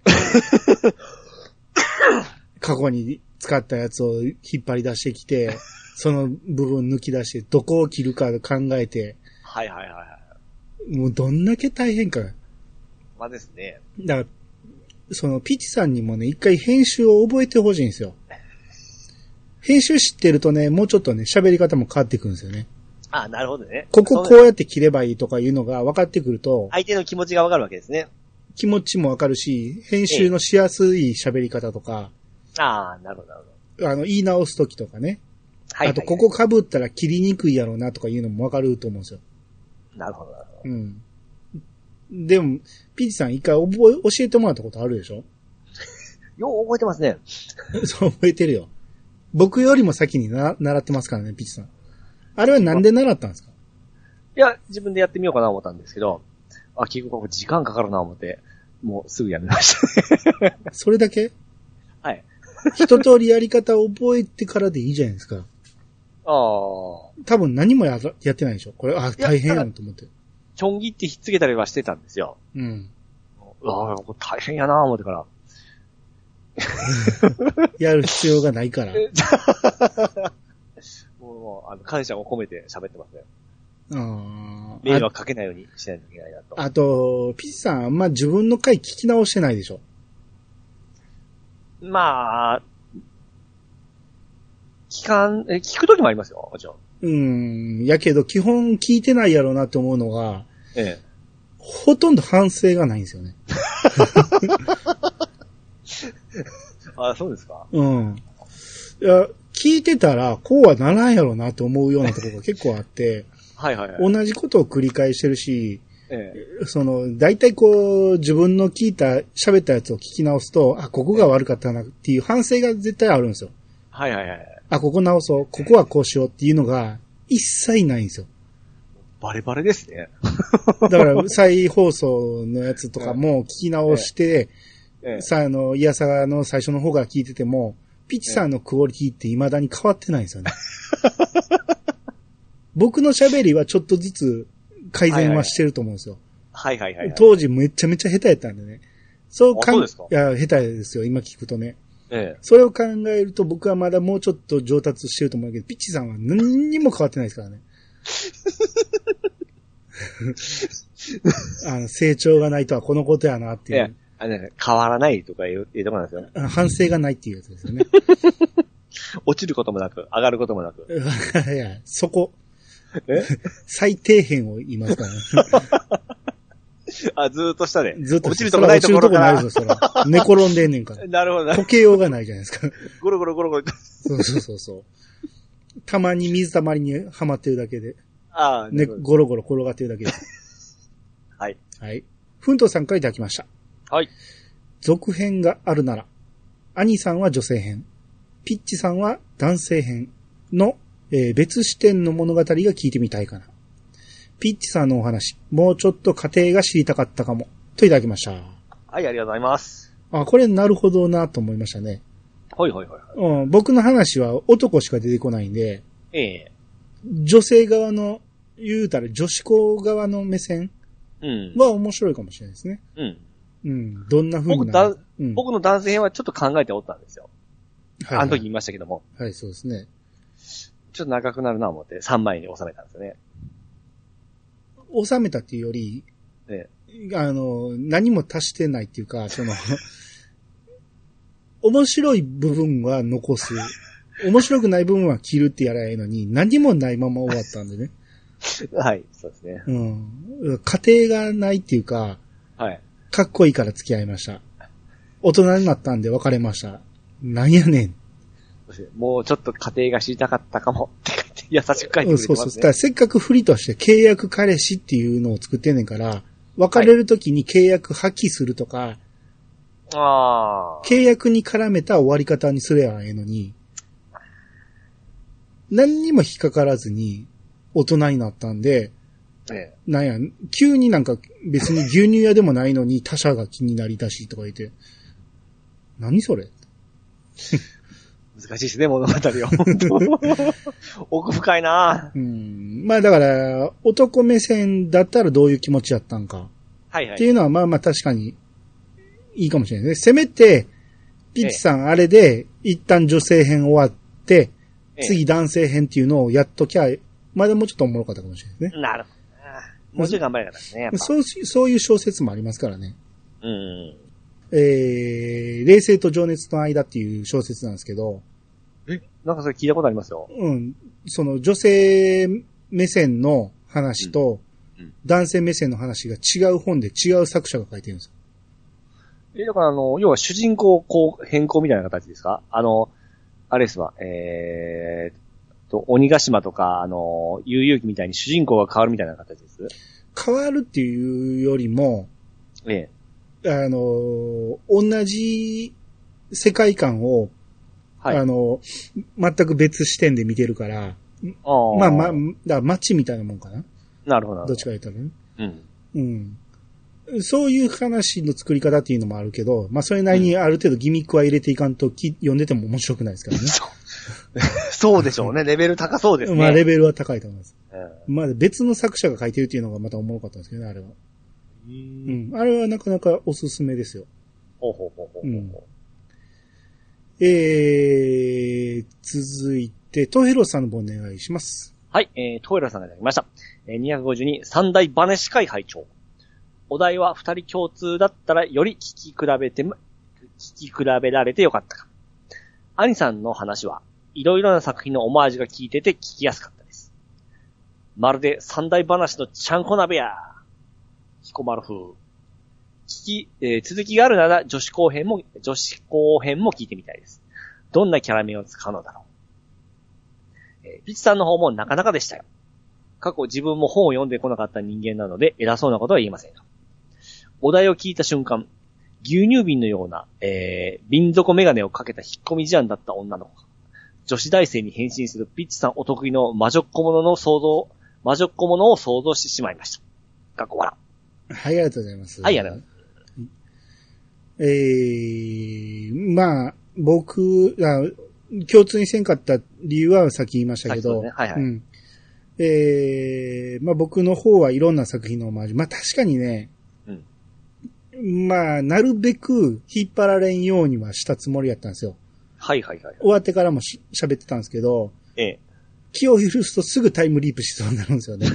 過去に使ったやつを引っ張り出してきて、その部分抜き出して、どこを切るか考えて、はい、はい、はい。はいもうどんだけ大変か。まあですね。だから、そのピチさんにもね、一回編集を覚えてほしいんですよ。編集知ってるとね、もうちょっとね、喋り方も変わってくるんですよね。あーなるほどね。ここそこのうやって切ればいいとかいうのが分かってくると、相手の気持ちがわかるわけですね。気持ちもわかるし、編集のしやすい喋り方とか、ああ、なるほど、なるほど。あの、言い直すときとかね。はい、はい。あと、ここ被ったら切りにくいやろうなとかいうのもわかると思うんですよ。なるほど、なるほど。うん。でも、ピーチさん一回覚え、教えてもらったことあるでし ょよう覚えてますね。そう覚えてるよ。僕よりも先にな、習ってますからね、ピーチさん。あれはなんで習ったんですかいや、自分でやってみようかな思ったんですけど、あ、結局これ時間かかるな思って、もうすぐやめました ね。それだけはい。一通りやり方を覚えてからでいいじゃないですか。ああ。多分何もやらやってないでしょこれ、あ、大変やんと思って。ちょん切ってひっつけたりはしてたんですよ。うん。うああ、これ大変やな思ってから。やる必要がないから。えもう、もうあの感謝を込めて喋ってますね。あー迷惑かけないようにしないといけないなと。あと、ピッチさん、あんま自分の回聞き直してないでしょまあ、聞かん、え、聞くときもありますよ、もちろん。うん。やけど、基本聞いてないやろうなって思うのが、ええ。ほとんど反省がないんですよね。あそうですかうん。いや、聞いてたら、こうはならんやろうなって思うようなところが結構あって、 はいはいはい。同じことを繰り返してるし、ええ。その、大体こう、自分の聞いた、喋ったやつを聞き直すと、あ、ここが悪かったなっていう反省が絶対あるんですよ。はいはいはい。あ、ここ直そう、ここはこうしようっていうのが、一切ないんですよ。バレバレですね。だ から、再放送のやつとかも聞き直して、ええ。さ、あの、イヤサガの最初の方から聞いてても、ピッチさんのクオリティって未だに変わってないんです よね。僕の喋りはちょっとずつ改善はしてると思うんですよ。はいはいはいはい。当時めちゃめちゃ下手やったんでね。そうあそうですかいや、下手ですよ、今聞くとね。ええ。それを考えると僕はまだもうちょっと上達してると思うけど、ピッチさんは何にも変わってないですから ね。あの成長がないとはこのことやなってえいえう、あのね変わらないとかいういうとこなんですよね。あ反省がないっていうやつですよね。 落ちることもなく、上がることもなく。いや、そこ、え 最底辺を言いますからね。あ、ずーっと下で。 ずっと落ちるとこないところから。落ちるとこないぞ、そら。寝転んでんねん から。なるほどな。溶けようがないじゃないですか。ゴロゴロゴロゴロ。そうそうそうそう。たまに水たまりにはまってるだけで、ああ、ね、なるほどゴロゴロ転がってるだけです。 はい。はい。ふんとうさんからいただきました。はい。続編があるなら、兄さんは女性編、ピッチさんは男性編の、えー別視点の物語が聞いてみたいかな。ピッチさんのお話、もうちょっと家庭が知りたかったかも、といただきました。はい、ありがとうございます。あ、これなるほどなと思いましたね。はいはいはいはい。うん、僕の話は男しか出てこないんで、ええ。女性側の、言うたら女子校側の目線うん。は面白いかもしれないですね。うん。うん。どんな風に僕なだる、うん、僕の男性編はちょっと考えておったんですよ。はいはあいの時言いましたけども。はい、そうですね。ちょっと長くなるな思って3枚に収めたんですよね。収めたっていうより、えあの、何も足してないっていう か、その、面白い部分は残す。面白くない部分は切るってやらないのに、何もないまま終わったんで ね。え。はい、そうですね。うん。家庭がないっていうか、はい。かっこいいから付き合いました。大人になったんで別れました。なんやねん。そしてもうちょっと家庭が知りたかったかもって書いて優しく書いてくれうてまんすね。そうそう。だからせっかく不利として契約彼氏っていうのを作ってんねんから、別れるときに契約破棄するとか、ああ。契約に絡めた終わり方にすればええのに、何にも引っかからずに大人になったんで、えなんや、急になんか別に牛乳屋でもないのに他 者が気になりだしとか言って、何それえ。難しいですね、物語 は。奥深いなうん。まあだから、男目線だったらどういう気持ちやったんか。はいはってい。いうのはまあまあ確かにいいかもしれないね。せめて、ピッチさんあれで一旦女性編終わって、ええ次男性編っていうのをやっときゃ、まだもうちょっとおもろかったかもしれないですね。なるほどな。もうちょい頑張れなかったですね、やっぱ。そうし、そういう小説もありますからね。うん。えー、冷静と情熱の間っていう小説なんですけど、なんかそれ聞いたことありますよ。うん、その女性目線の話とうんうん、男性目線の話が違う本で違う作者が書いてるんですよ。え、だからあの、要は主人公こう変更みたいな形ですかあの、あれですわ、えー、と、鬼ヶ島とか、あの、悠々記みたいに主人公が変わるみたいな形です。変わるっていうよりも、ええ。あの、同じ世界観を、はい。あの、全く別視点で見てるから、あまあまあ、だかなら街みたいなもんかな。るほど。なるほどっちか言ったらね。うん。うん。そういう話の作り方っていうのもあるけど、まあそれなりにある程度ギミックは入れていかんとき、読んでても面白くないですからね。 そうでしょうね。レベル高そうですね。まあレベルは高いと思います。う。まあ別の作者が書いてるっていうのがまたおもろかったんですけどね、あれは。うんん。あれはなかなかおすすめですよ。ほうほうほうほうほう。うんえー、続いて、トヘロさんのお願いします。はい、えー、トイラさんがいただきました。えー、252、三大バネ司会拝聴お題は二人共通だったらより聞き比べても、聞き比べられてよかったか。アニさんの話はいろいろな作品のオマージュが効いてて聞きやすかったです。まるで三大話のちゃんこ鍋や。彦丸風。聞き、えー続きがあるなら女子後編も、女子後編も聞いてみたいです。どんなキャラ面を使うのだろう。えーピッチさんの方もなかなかでしたよ。過去自分も本を読んでこなかった人間なので、偉そうなことは言えませんが。お題を聞いた瞬間、牛乳瓶のような、えー、瓶底メガネをかけた引っ込み思案だった女の子が。女子大生に変身するピッチさんお得意の魔女っ子ものの想像、魔女っ子ものを想像してしまいました。かっこ笑。はい、ありがとうございます。はいありがとうえー、まあ、僕、あ共通にせんかった理由はさっき言いましたけさっきど、そうねはいはいうん。えー、まあ僕の方はいろんな作品のオマージュ。まあ確かにね、まあ、なるべく引っ張られんようにはしたつもりやったんですよ。はいはいはい。終わってからもし喋ってたんですけど、ええ。気を許すとすぐタイムリープしそうになるん ですよね。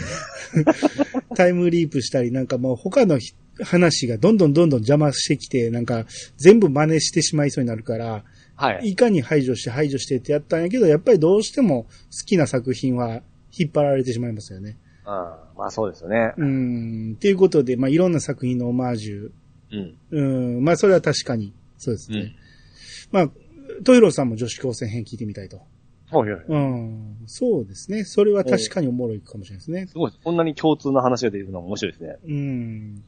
タイムリープしたり、なんかもう他のひ話がどんどんどんどん邪魔してきて、なんか全部真似してしまいそうになるから、はい。いかに排除して排除してってやったんやけど、やっぱりどうしても好きな作品は引っ張られてしまいますよね。あまあそうですよね。うん、っていうことで、まあいろんな作品のオマージュ、うん。うん、まあそれは確かに、そうですうね。ん。まあ、トイロさんも女子高生編聞いてみたいと。はいはい。うん、そうですね。それは確かにおもろいかもしれないですね。すごい。こんなに共通な話が出てくるのも面白いですね。うん。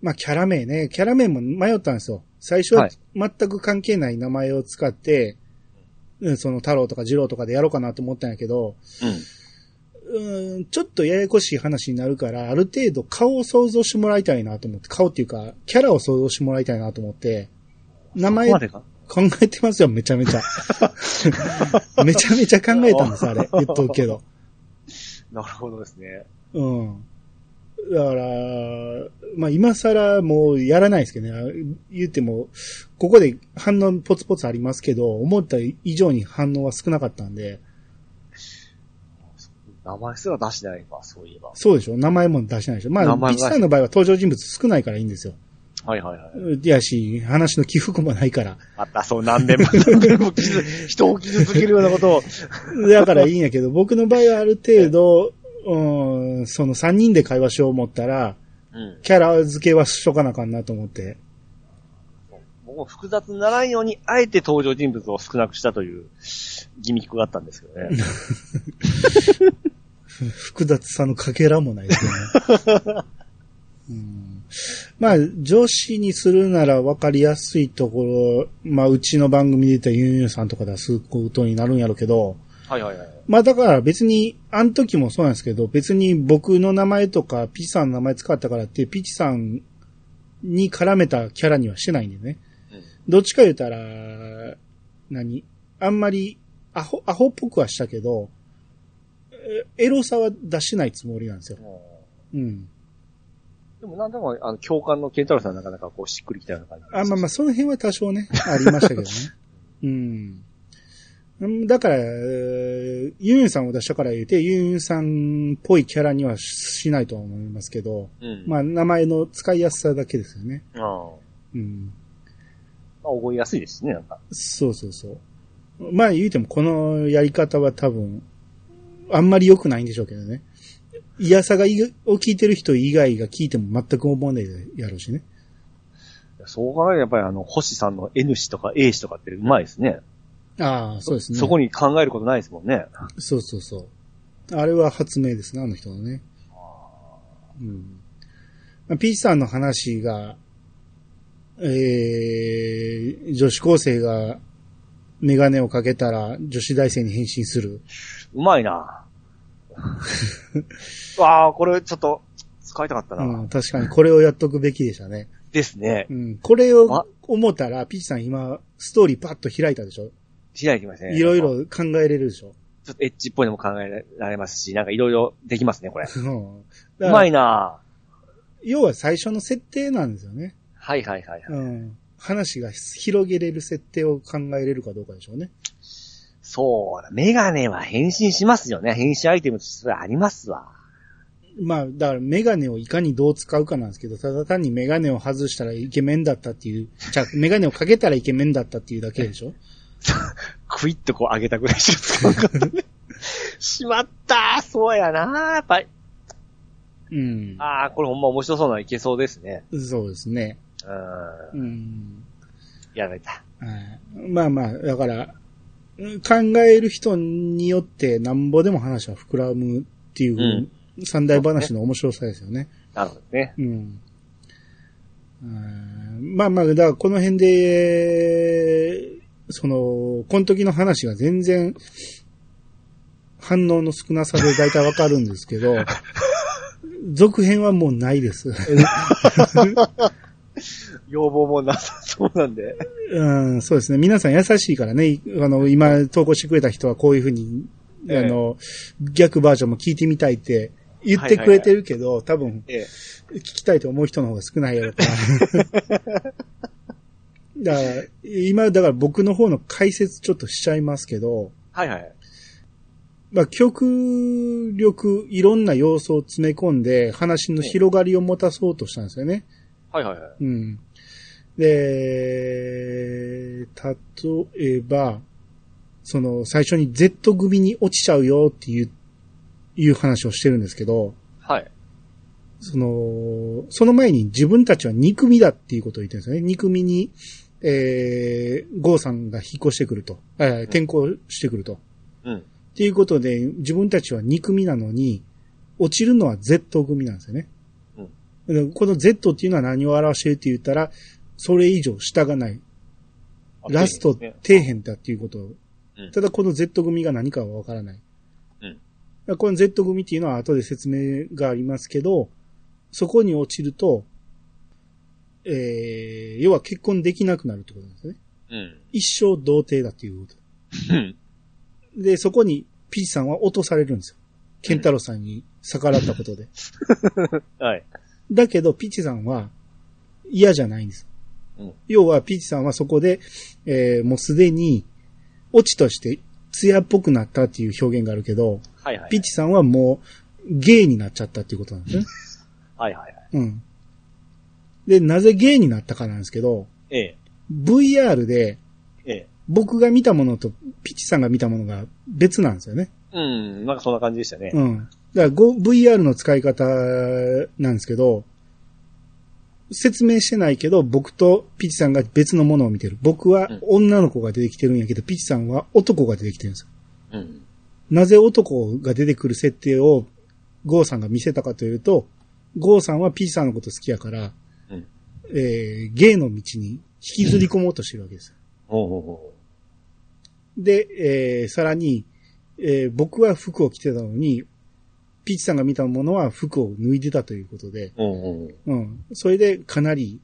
まあ、キャラ名ね。キャラ名も迷ったんですよ。最初ははい全く関係ない名前を使って、うん、その太郎とか二郎とかでやろうかなと思ったんやけど、うん、ちょっとややこしい話になるから、ある程度顔を想像してもらいたいなと思って、顔っていうか、キャラを想像してもらいたいなと思って、名うん。前考こまでか。えてますよ、めちゃめ ちゃ。めちゃめちゃ考えたんです、あれ。言っとくけど。なるほどですね。うん。だから、まあ今更もうやらないですけどね。言っても、ここで反応ポツポツありますけど、思った以上に反応は少なかったんで、名前すら出してないか、そういえば。そうでしょ名前も出してないでしょま名あ、前ビはッチさんの場合は登場人物少ないからいいんですよ。はいはいはい。いやし、話の起伏もないから。またそう 何年も何年も傷人を傷つけるようなことを。だからいいんやけど、 僕の場合はある程度、うん、その3人で会話しよう思ったら、うん。キャラ付けはしとかなあかんなと思って。僕も複雑にならんように、あえて登場人物を少なくしたというギミックがあったんですけどね。 複雑さのかけらもないですよね。うんまあ、女子にするなら分かりやすいところ、まあ、うちの番組で言ったらユンユンさんとか出すことになるんやろうけど、はいはいはい。まあだから別に、あの時もそうなんですけど、別に僕の名前とか、ピチさんの名前使ったからって、ピチさんに絡めたキャラにはしてないんでね。うんどっちか言うたら、何あんまり、アホ、アホっぽくはしたけど、えエロさは出してないつもりなんですよ。うん。でもなんでも、あの、共感のケンタロウさんはなかなかこうしっくりきたような感じ。あ、まあまあ、その辺は多少 ね、ありましたけどね。うんうん。だから、えーユンユンさんを出したから言うて、ユンユンさんっぽいキャラにはしないとは思いますけど、うん。まあ、名前の使いやすさだけですよね。あー、うん。まあ、覚えやすいですしね、なんか。そうそうそう。まあ、言うても、このやり方は多分、あんまり良くないんでしょうけどね。いやさがいを聞いてる人以外が聞いても全く思わないやろうしね。そう考えるとやっぱりあの、星さんの N 氏とか A 氏とかってうまいですね。ああ、そうですね。そこに考えることないですもんね。そうそうそう。あれは発明ですね、あの人のね。うん。まあピーチさんの話が、えー、女子高生がメガネをかけたら女子大生に変身する。うまい なわあ、これちょっと使いたかったな。うん、確かにこれをやっとくべきでしたね。ですね。うん、これあを思ったら、ピーチさん今、ストーリーパッと開いたでしょしないといけません。いろい。ろ考えれるでしょちょっとエッチっぽいのも考えられますし、なんかいろいろできますね、これ。うん。うだかまらいな要は最初の設定なんですよね。はいはいはい。はいうん。話が広げれる設定を考えれるかどうかでしょうね。そうだ、メガネは変身しますよね。変身アイテムとしてそれありますわ。まあ、だからメガネをいかにどう使うかなんですけど、ただ単にメガネを外したらイケメンだったっていう、じゃあメガネをかけたらイケメンだったっていうだけでしょクイッとこう上げたぐらいしか使わなかった ね。しまったーそうやなーやっぱり。うん。ああ、これほんま面白そうなのいけそうですね。そうですね。うーん。うん。やられた。はいまあまあ、だから、うん考える人によってなんぼでも話は膨らむっていう三大話の面白さですよね。なるほどね。うん。うんまあまあ、だからこの辺で、その、この時の話が全然、反応の少なさで大体わかるんですけ ど、続編はもうないです。要望もなさそうなんで。 うん、そうですね。皆さん優しいからね、いあの、今投稿してくれた人はこういうふうに、ええあの、逆バージョンも聞いてみたいって言ってくれてるけど、多分、ええ。聞きたいと思う人の方が少ないやろうから。 だから、今、だから僕の方の解説ちょっとしちゃいますけど、はいはい。まあ、極力いろんな要素を詰め込んで、話の広がりを持たそうとしたんですよね。はいはいはい。うん。で、例えば、その、最初に Z 組に落ちちゃうよっていう、いう話をしてるんですけど、はい。その、その前に自分たちは二組だっていうことを言ってるんですよね。二組に、えー、ゴーさんが引っ越してくると、えー転校してくると。っうん。ていうことで、自分たちは二組なのに、落ちるのは Z 組なんですよね。でこの Z っていうのは何を表してるって言ったら、それ以上下がない。ラスト、底辺だっていうことをうん。ただこの Z 組が何かはわからない。うんだからこの Z 組っていうのは後で説明がありますけど、そこに落ちると、えー、要は結婚できなくなるってことなんですね。うん。一生童貞だっていうこうん。と。で、そこに P さんは落とされるんですよ。ケンタロウさんに逆らったことで。はい。だけど、ピッチさんは嫌じゃないんです。うん要は、ピッチさんはそこで、えーもうすでに、オチとして、艶っぽくなったっていう表現があるけど、はいはい。ピッチさんはもう、ゲイになっちゃったっていうことなんですね。はいはいはい。うん。で、なぜゲイになったかなんですけど、ええ。 VR で、ええ。僕が見たものと、ピッチさんが見たものが別なんですよね。うん。なんかそんな感じでしたね。うん。だからご VR の使い方なんですけど、説明してないけど、僕とピチさんが別のものを見てる。僕は女の子が出てきてるんやけど、ピチさんは男が出てきてるんですよ。うん。なぜ男が出てくる設定をゴーさんが見せたかというと、ゴーさんはピチさんのこと好きやから、うんえー、ゲイの道に引きずり込もうとしてるわけですよ。ほうほうほで、えー、さらに、えー僕は服を着てたのに、ピーチさんが見たものは服を脱いでたということで、う。うんうんうん。うん。それでかなり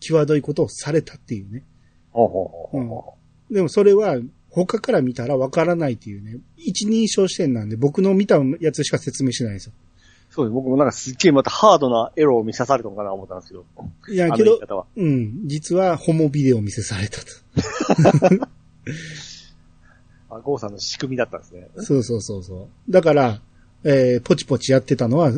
際どいことをされたっていうね。ほうほうほうほでもそれは他から見たらわからないっていうね。一人称視点なんで僕の見たやつしか説明してないんですよ。う。そうです。僕もなんかすっげえまたハードなエロを見さされたのかなと思ったんですけど。いあや、のけ言いど、方は。うん。実はホモビデオを見せされたと。あ、ゴーさんの仕組みだったんですね。そうそうそうそう。だから、えーポチポチやってたのは、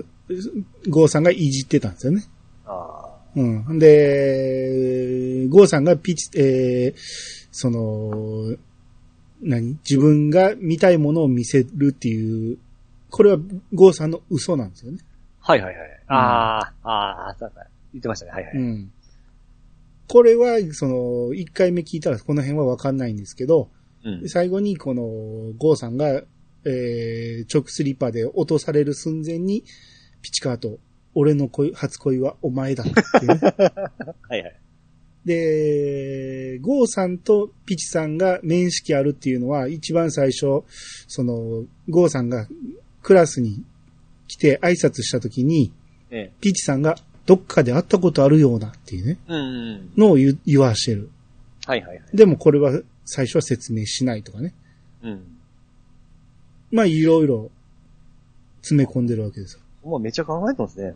ゴーさんがいじってたんですよね。あうん。で、ゴーさんがピチ、えー、その、何自分が見たいものを見せるっていう、これはゴーさんの嘘なんですよね。あ。はいはいはい。ああ、ああ、なんか言ってましたね。はいはうい。ん。これは、その、一回目聞いたらこの辺はわかんないんですけど、うん。最後にこの、ゴーさんが、えー、チョクスリッパで落とされる寸前に、ピチカート、俺の恋、初恋はお前だっていうね。はいはい。で、ゴーさんとピチさんが面識あるっていうのは、一番最初、その、ゴーさんがクラスに来て挨拶した時に、ええ。ピチさんがどっかで会ったことあるようなっていうね、うんうんうん。のを言う言わしてる。はいはいはい。でもこれは最初は説明しないとかね。うん。まあいろいろ詰め込んでるわけですよ。もうめっちゃ考えてますね。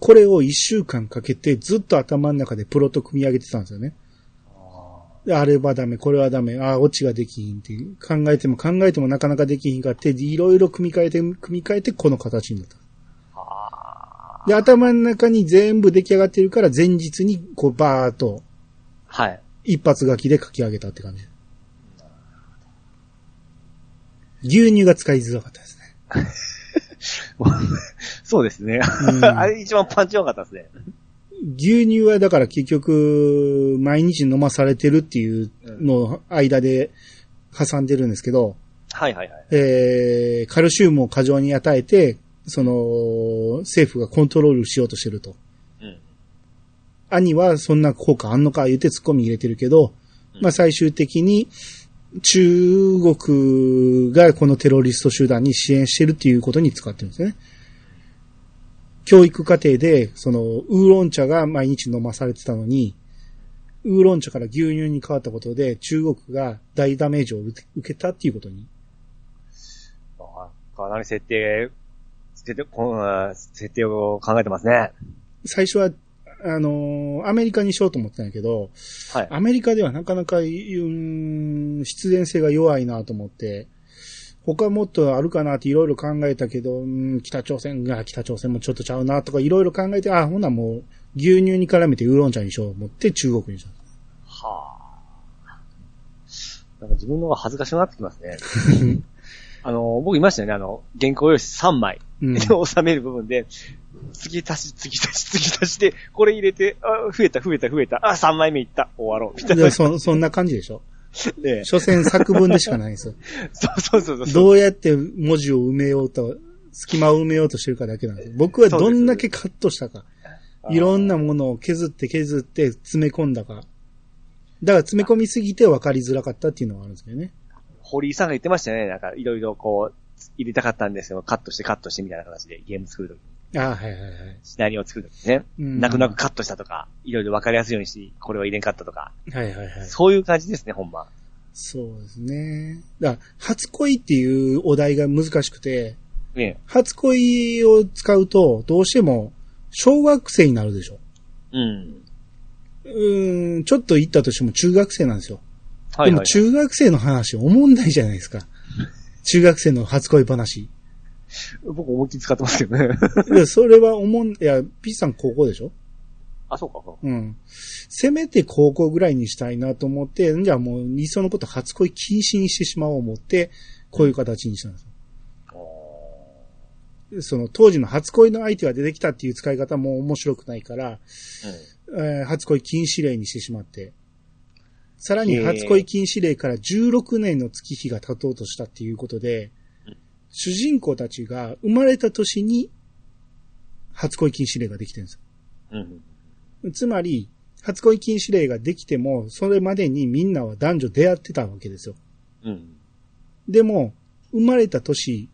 これを一週間かけてずっと頭の中でプロと組み上げてたんですよね。あであれはダメ、これはダメ、ああ、オチができひんっていう、考えても考えてもなかなかできひんかって、いろいろ組み替えて、組み替えてこの形になった。あ。ああ。で、頭の中に全部出来上がってるから、前日にこうバーっとはい。一発書きで書き上げたって感じ。牛乳が使いづらかったですね。 そうですね。うんあれ一番パンチ良かったですね。牛乳はだから結局、毎日飲まされてるっていうの間で挟んでるんですけど、はいはいはい。えーカルシウムを過剰に与えて、その、政府がコントロールしようとしてると。うん。兄はそんな効果あんのか言うて突っ込み入れてるけど、うんまあ最終的に中国がこのテロリスト集団に支援してるっていうことに使ってるんですよね。教育課程で、その、ウーロン茶が毎日飲まされてたのに、ウーロン茶から牛乳に変わったことで中国が大ダメージを受け受けたっていうことに。あかなり設定、設定、この設定を考えてますね。最初は、あのーアメリカにしようと思ってたんやけど、はい。アメリカではなかなか、うーん、必然性が弱いなと思って、他もっとあるかなっていろいろ考えたけど、うん、北朝鮮が、北朝鮮もちょっとちゃうなとかいろいろ考えて、あ、ほなもう牛乳に絡めてウーロン茶にしようと思って中国にした。はあ。なんか自分の方が恥ずかしくなってきま すね。あの、僕いましたよね、あの、原稿用紙3枚。 うん。収める部分で、次足し、次足し、次足して、これ入れて、あ、増えた、増えた、増えた、あ、3枚目いった、終わろう、みたいなで。そ そんな感じでしょ。ね所詮作文でしかないんですよ。そうそうそうそう。どうやって文字を埋めようと、隙間を埋めようとしてるかだけなんです。僕はどんだけカットしたか。いろんなものを削って削って詰め込んだか。だから詰め込みすぎて分かりづらかったっていうのはあるんですけどね。堀井さんが言ってましたよね、なんか、いろいろこう、入れたかったんですけど、カットしてカットしてみたいな形で、ゲーム作るとき、ああ、はいはいはい。シナリオを作るときね、うん泣く泣くカットしたとか、いろいろ分かりやすいようにし、これは入れんかったとか、はいはいはい。そういう感じですね、ほんま。そうですね。だから、初恋っていうお題が難しくて、ね初恋を使うと、どうしても、小学生になるでしょ。うん。うーん、ちょっと言ったとしても中学生なんですよ。はいではもい。中学生の話、おもんないじゃない ですか。中学生の初恋話。僕思いっきり使ってますけどね。でそれはおもん、いや、ピッさん高校でしょ あ、そうか、そううん。せめて高校ぐらいにしたいなと思って、じゃあもう、理想のこと初恋禁止にしてしまおう思って、こういう形にしたんですか。およ。その、当時の初恋の相手が出てきたっていう使い方も面白くないから、ーうんえー初恋禁止令にしてしまって、さらにへー初恋禁止令から16年の月日が経とうとしたっていうことでうん、主人公たちが生まれた年に初恋禁止令ができてるんですようん。つまり、初恋禁止令ができても、それまでにみんなは男女出会ってたわけですよ。うん。でも、生まれた年、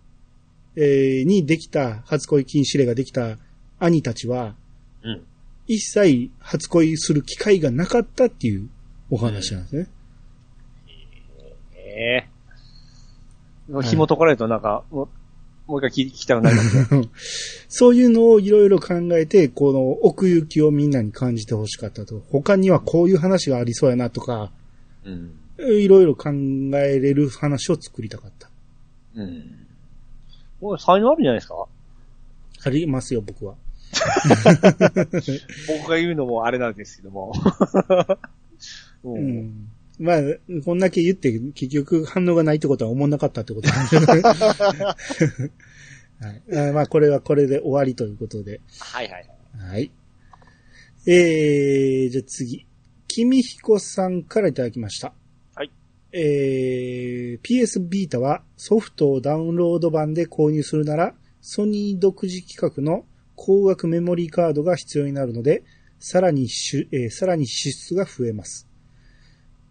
えーにできた、初恋禁止令ができた兄たちは、うん。一切初恋する機会がなかったっていうお話なんですね。 ええい紐解かれるとなんか、もう、もう一回聞きたくなりますね。そういうのをいろいろ考えて、この奥行きをみんなに感じてほしかったと。他にはこういう話がありそうやなとか、うん。いろいろ考えれる話を作りたかった。うん。これ才能あるんじゃないですかありますよ、僕は。僕が言うのもあれなんですけども。 う、うんん。まあ、こんだけ言って、結局反応がないってことは思んなかったってことなんですけどはい。あまあ、これはこれで終わりということで。はいはいはい。はい。えー、じゃあ次。君彦さんからいただきました。はい。えー、PS ビータはソフトをダウンロード版で購入するなら、ソニー独自規格の高額メモリーカードが必要になるので、さらにしゅ、えーさらに支出が増えます。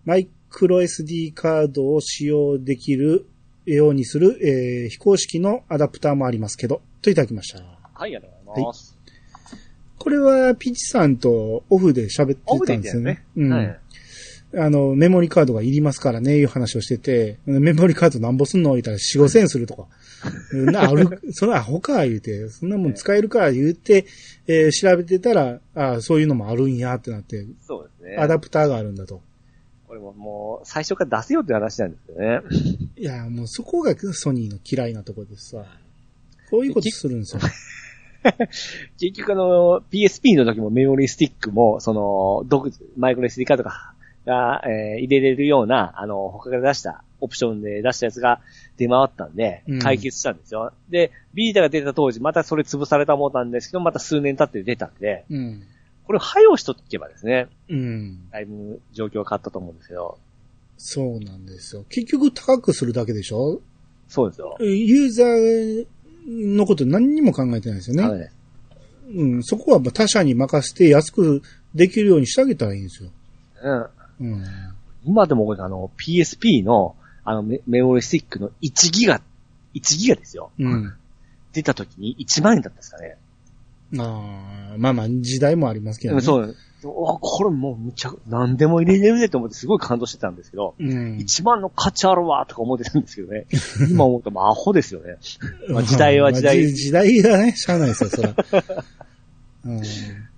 マイクロ SD カードを使用できるようにする、えー非公式のアダプターもありますけど、といただきました。はい、ありがとうございます。これは、ピチさんとオフで喋ってオブたんでいいんでだすよよねね。。うん、はいあの、メモリカードがいりますからね、いう話をしてて、メモリカードなんぼすんの言ったら4、5千円する とか。な、ある、それアホか、言うて、そんなもん使えるか、言うて、えー調べてたら、あーそういうのもあるんや、ってなって、そうですね。アダプターがあるんだと。これももう、最初から出せよって話なんですよね。いや、もうそこがソニーの嫌いなところですわ。こういうことするんですよ。結局あの、PSP の時もメモリースティックも、その、独自、マイクロ SD カードが、が、えー入れれるような、あの、他から出した、オプションで出したやつが出回ったんでうん、解決したんですよ。で、ビータが出た当時、またそれ潰された思ったんですけど、また数年経って出たんで、うん。これを配慮しとけばですね、うん。だいぶ状況が変わったと思うんですけど、そうなんですよ。結局高くするだけでしょそうですよ。ユーザーのこと何にも考えてないですよダね。メです。うん、そこはまあ他社に任せて安くできるようにしてあげたらいいんですよ。うん。うん。今でもこれあの PSP のあのメメモリスティックの1ギガ、1ギガですよ。うん。出た時に1万円だったんですかね。ああ、まあまあ、時代もありますけどでもね。う。そう。うわこれもうむちゃ、何でも入れれるねと思ってすごい感動してたんですけど、うん。 1万の価値あるわとか思ってたんです けどね。今思うともうアホですよね。まあ時代は時代まあじ時代がね、しゃあないですよ、そ ら。うん。だか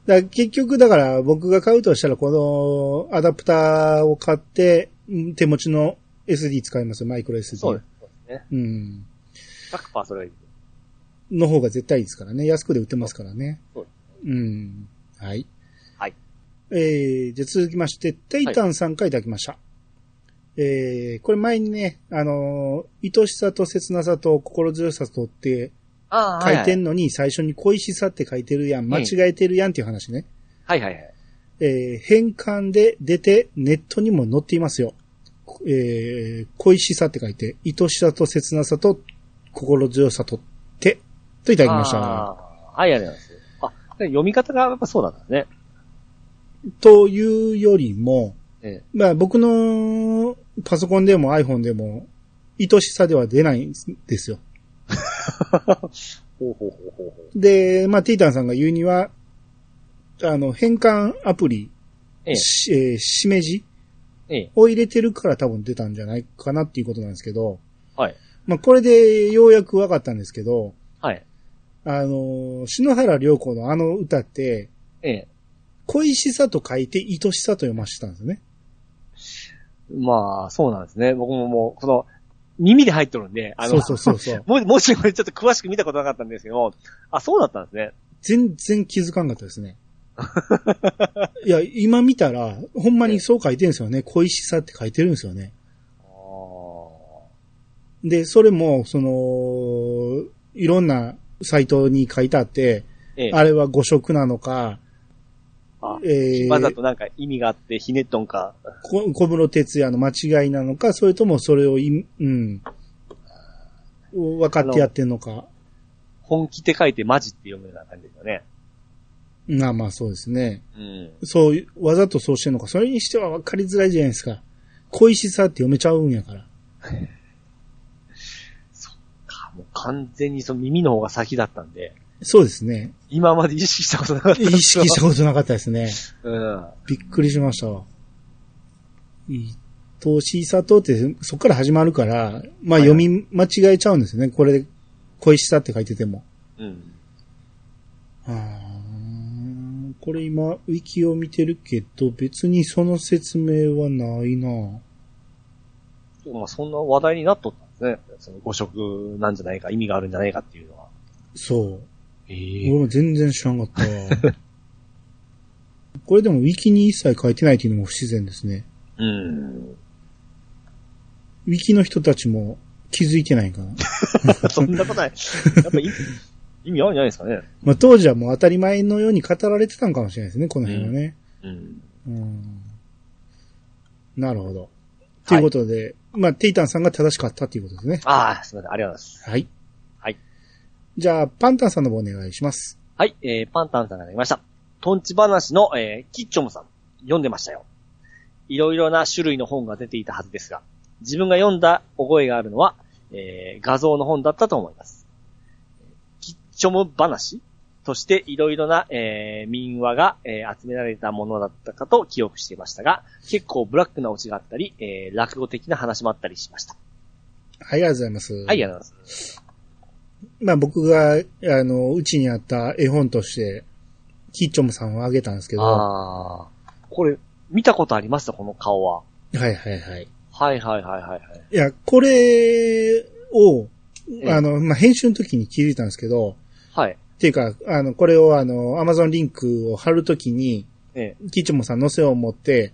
ら結局、だから僕が買うとしたら、このアダプターを買って、うん手持ちの SD 使いますよ、マイクロ SD。そうです。そうですね。うん。 100%それがいい。の方が絶対いいですからね。安くで売ってますからね。そううん。はい。はい。えー、じゃあ続きまして、テイタンさんからいただきました。えー、これ前にね、あのー愛しさと切なさと心強さとってあ書いてんんのに、最初に恋しさって書いてるやん、間違えてるやんっていう話ね。はいはいはい。えー、変換で出てネットにも載っていますよ。えー、恋しさって書いて、愛しさと切なさと心強さとって、といただきました。あーはい、ありがとうございます。あ、で読み方がやっぱそうなんですね。というよりも、えまあ僕のパソコンでも iPhone でも、愛しさでは出ないんですよ。えほうほうほうほうほう。で、まあティータンさんが言うには、あの、変換アプリ、ええしえーしめじええを入れてるから多分出たんじゃないかなっていうことなんですけど、はい。まあこれでようやくわかったんですけど、はい。あの、篠原涼子のあの歌って、ええ。恋しさと書いて愛しさと読ませてたんですよね。まあ、そうなんですね。僕ももう、この、耳で入っとるんで、あそのう、そうそうそう。ももしこれちょっと詳しく見たことなかったんですけども、あ、そうだったんですね。全然気づかんかったですね。いや、今見たら、ほんまにそう書いてるんですよね。恋しさって書いてるんですよね。あーで、それも、その、いろんなサイトに書いてあって、ええ。あれは誤色なのか、あえわざー、となんか意味があってひねっとんか。こ小室哲也の間違いなのか、それともそれをい、うん、分かってやってんのか。本気って書いてマジって読むような感じですよね。まあまあそうですね。うん。そういう、わざとそうしてんのか。それにしては分かりづらいじゃないですか。恋しさって読めちゃうんやから。かもう完全にその耳の方が先だったんで、そうですね。今まで意識したことなかったんで 意すよ識したことなかったですね。うん。びっくりしましたわ。いとしさとって、そっから始まるから、まあはいは読いみ間違えちゃうんですよね。これ、恋しさって書いてても。うん。あーこれ今、ウィキを見てるけど、別にその説明はないなまあそんな話題になっとったんですね。その誤色なんじゃないか、意味があるんじゃないかっていうのは。そう。え俺も全然知らんかった わこれでもウィキに一切書いてないっていうのも不自然ですね。うん。 ウィキの人たちも気づいてないんかな。そんなことない。やっぱ意味、意味あるんじゃないですかね。まあ、当時はもう当たり前のように語られてたんかもしれないですね、この辺はね。うん。うんなるほど。ということで、まあ、テイタンさんが正しかったということですね。ああ、すみません。ありがとうございます。はい。はい。じゃあ、パンタンさんの方お願いします。はい、えー、パンタンさんがいました。トンチ話の、えー、キッチョムさん、読んでましたよ。いろいろな種類の本が出ていたはずですが、自分が読んだ覚えがあるのは、えー、画像の本だったと思います。キッチョム話としていろいろな、えー、民話が、えー集められたものだったかと記憶していましたが、結構ブラックなオチがあったり、えー、落語的な話もあったりしました。はい、ありがとうございます。はい、ありがとうございます。まあ、僕が、あの、うちにあった絵本として、キッチョムさんをあげたんですけど、はああ、これ、見たことありましたこの顔は。いはいはい。はいはいはいはいはい。いや、これを、えあの、まあ、編集の時に気づいたんですけど、はい。っていうか、あの、これをあの、アマゾンリンクを貼るときに、ええ。キッチョモさん載せを持って、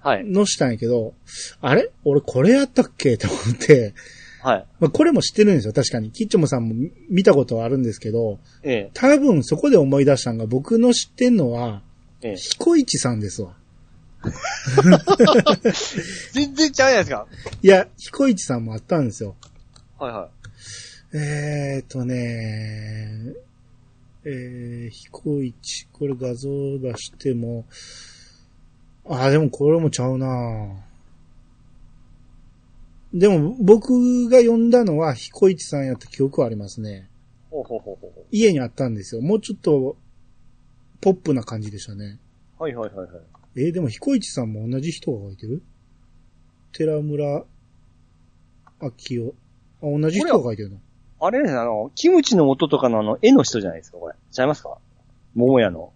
はい。載したんやけど、あれ俺これやったっけと思って、はい。まあ、これも知ってるんですよ、確かに。キッチョモさんも見見たことはあるんですけど、ええ。多分そこで思い出したのが、僕の知ってんのは、ええ。彦市さんですわ。全然ちゃうじゃないですか。いや、彦市さんもあったんですよ。はいはえーっとね、えー、彦一、これ画像出しても、あー、でもこれもちゃうなでも僕が読んだのは彦一さんやった記憶はありますね。ほうほうほうほうほ家にあったんですよ。もうちょっと、ポップな感じでしたね。う。はいはいはいはい。えーでも彦一さんも同じ人が書いてる寺村明夫。あ、同じ人が書いてるのあれですね、あの、キムチの音とかのあの、絵の人じゃないですか、これ。ちゃいますか桃屋 の。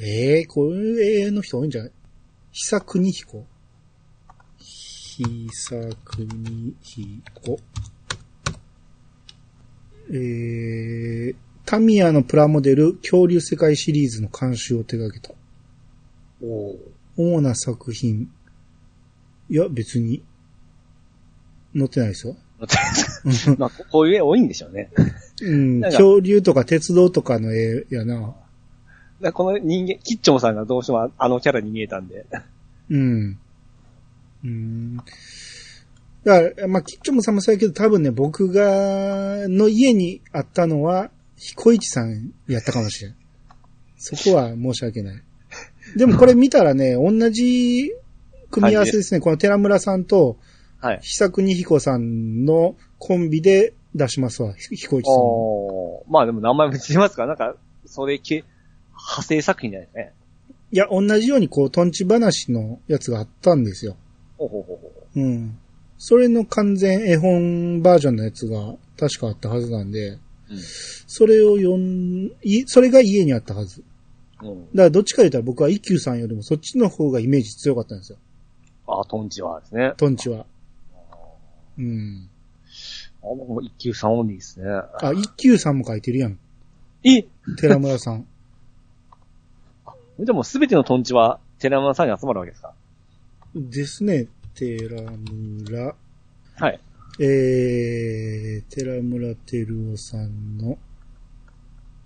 ええこういう絵の人多いんじゃない久国彦久国彦。えー、タミヤのプラモデル恐竜世界シリーズの監修を手掛けた。おお。主な作品。いや、別に、載ってないですよ。まあ、ここういう絵多いんでしょうね。うん、なんか恐竜とか鉄道とかの絵やな。だからこの人間、キッチョンさんがどうしてもああのキャラに見えたんで。うん。うん。だから、まあ、キッチョムさんもそうやけど、多分ね、僕が、の家にあったのは、彦一さんやったかもしれん。そこは申し訳ない。でもこれ見たらね、同じ組み合わせですね。この寺村さんと、はい。久国彦さんのコンビで出しますわ、ひ彦一さんも。おーまあでも名前も違いますから、なんか、それ系、派生作品じゃないですかね。いや、同じようにこう、トンチ話のやつがあったんですよ。ほうほうほうほうん。それの完全絵本バージョンのやつが確かあったはずなんで、う。それを読ん、い、それが家にあったはず。うん。うん。だからどっちか言ったら僕は一休さんよりもそっちの方がイメージ強かったんですよ。あ、トンチはですね。トンチは。うん。あ、僕も一級三音にですね。あ、一休さんも書いてるやん。え寺村さん。でもすべてのトンチは、寺山さんに集まるわけですか ですね。寺村。はい。えー、寺村照夫さんの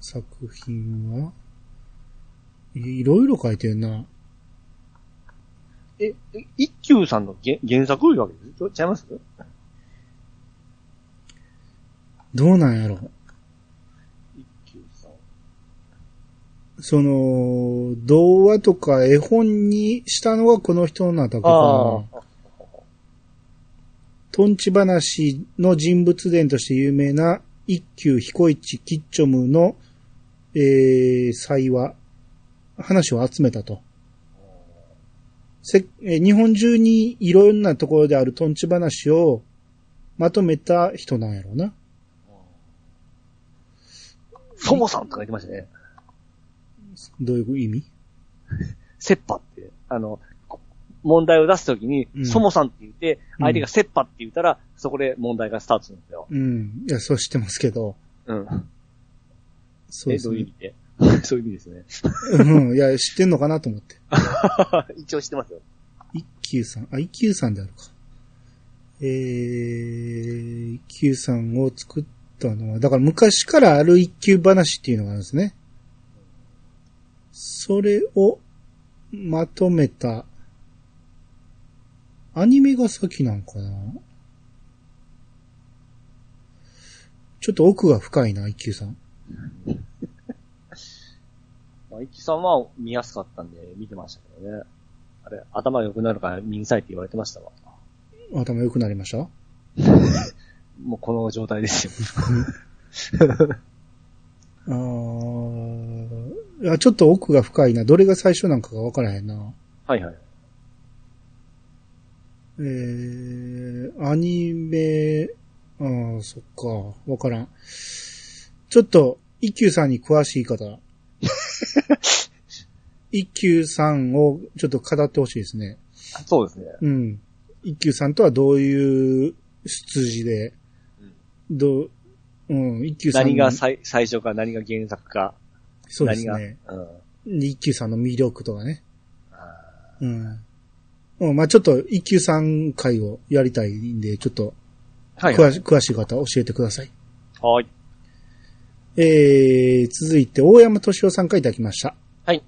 作品はいいろいろ書いてるな。え、え一休さんの原原作いうわけですちょちゃいますどうなんやろ一休さん。その、童話とか絵本にしたのがこの人のだけかあな。トンチ話の人物伝として有名な一休彦一キッチョムの、えー、祭話、話を集めたと。せえー日本中にいろんなところであるトンチ話をまとめた人なんやろうな。あ。そもさんとか言ってましたね。どういう意味セッパって、あの、こ問題を出すときにう、んそもさんって言って、うん相手がセッパって言ったら、そこで問題がスタートするんですよ。うん。いや、そうしてますけど。うん。そうえ、ですどういうね意。味で そういう意味ですね。うん。いや、知ってんのかなと思って。一応知ってますよ。一休さん、あ、一休さんであるか。えー、一休さんを作ったのは、だから昔からある一休話っていうのがあるんですね。それをまとめた、アニメが先なんかなちょっと奥が深いな、一休さん。まあ、一休さんは見やすかったんで、見てましたけどね。あれ、頭が良くなるから見なさいって言われてましたわ。頭良くなりましたもうこの状態ですよ。 あーいやちょっと奥が深いな。どれが最初なんかがわからへんな。はいはい。えー、アニメ、ああ、そっか、わからん。ちょっと、一休さんに詳しい 方。一休さんをちょっと語ってほしいですね。そうですね。うん。一休さんとはどういう出自で、どう、うん、一休さんの何が最最初か何が原作か。そうです何ね。が。うん。一休さんの魅力とかね。あうん。うん、まあちょっと一休さん会をやりたいんで、ちょっとーはい、は詳い。し詳しい方教えてください。はい。えー、続いて、大山敏夫さんからいただきました。はい。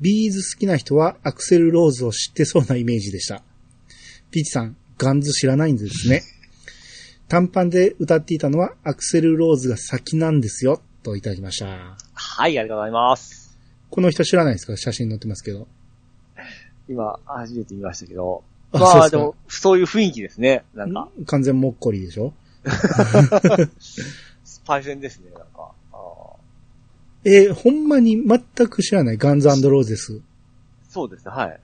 ビーズ好きな人はアクセルローズを知ってそうなイメージでした。ピーチさん、ガンズ知らないんですね。短パンで歌っていたのはアクセルローズが先なんですよ、といただきました。はい、ありがとうございます。この人知らないですか写真載ってますけど。今、初めて見ましたけど。あまそうあ、ですでかも、そういう雰囲気ですね。なんか、完全もっこりでしょスパイセンですね、なんか。あーえーほんまに全く知らないガンズローゼス。そうですね、はい。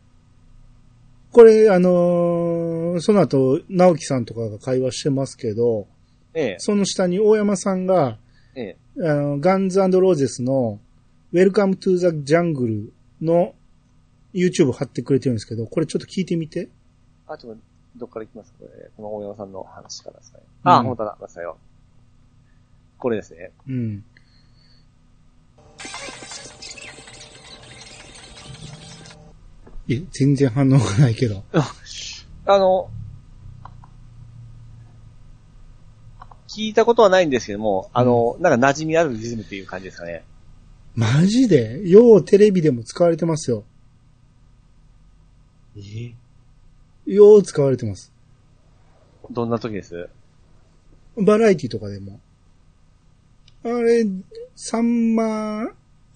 これ、あのーその後、直樹さんとかが会話してますけど、ええ、その下に大山さんが、ええ。あの、ガンズローゼスの、Welcome to the Jungle の YouTube 貼ってくれてるんですけど、これちょっと聞いてみて。あ、ちょっと、どっから行きますかこれ、この大山さんの話からですかね。あ、うん本当だ、ごめんなさいよ。これですね。うん。え、全然反応がないけど。あの、聞いたことはないんですけども、あの、なんか馴染みあるリズムっていう感じですかね。マジでようテレビでも使われてますよ。えよう使われてます。どんな時ですバラエティとかでも。あれ、サンマ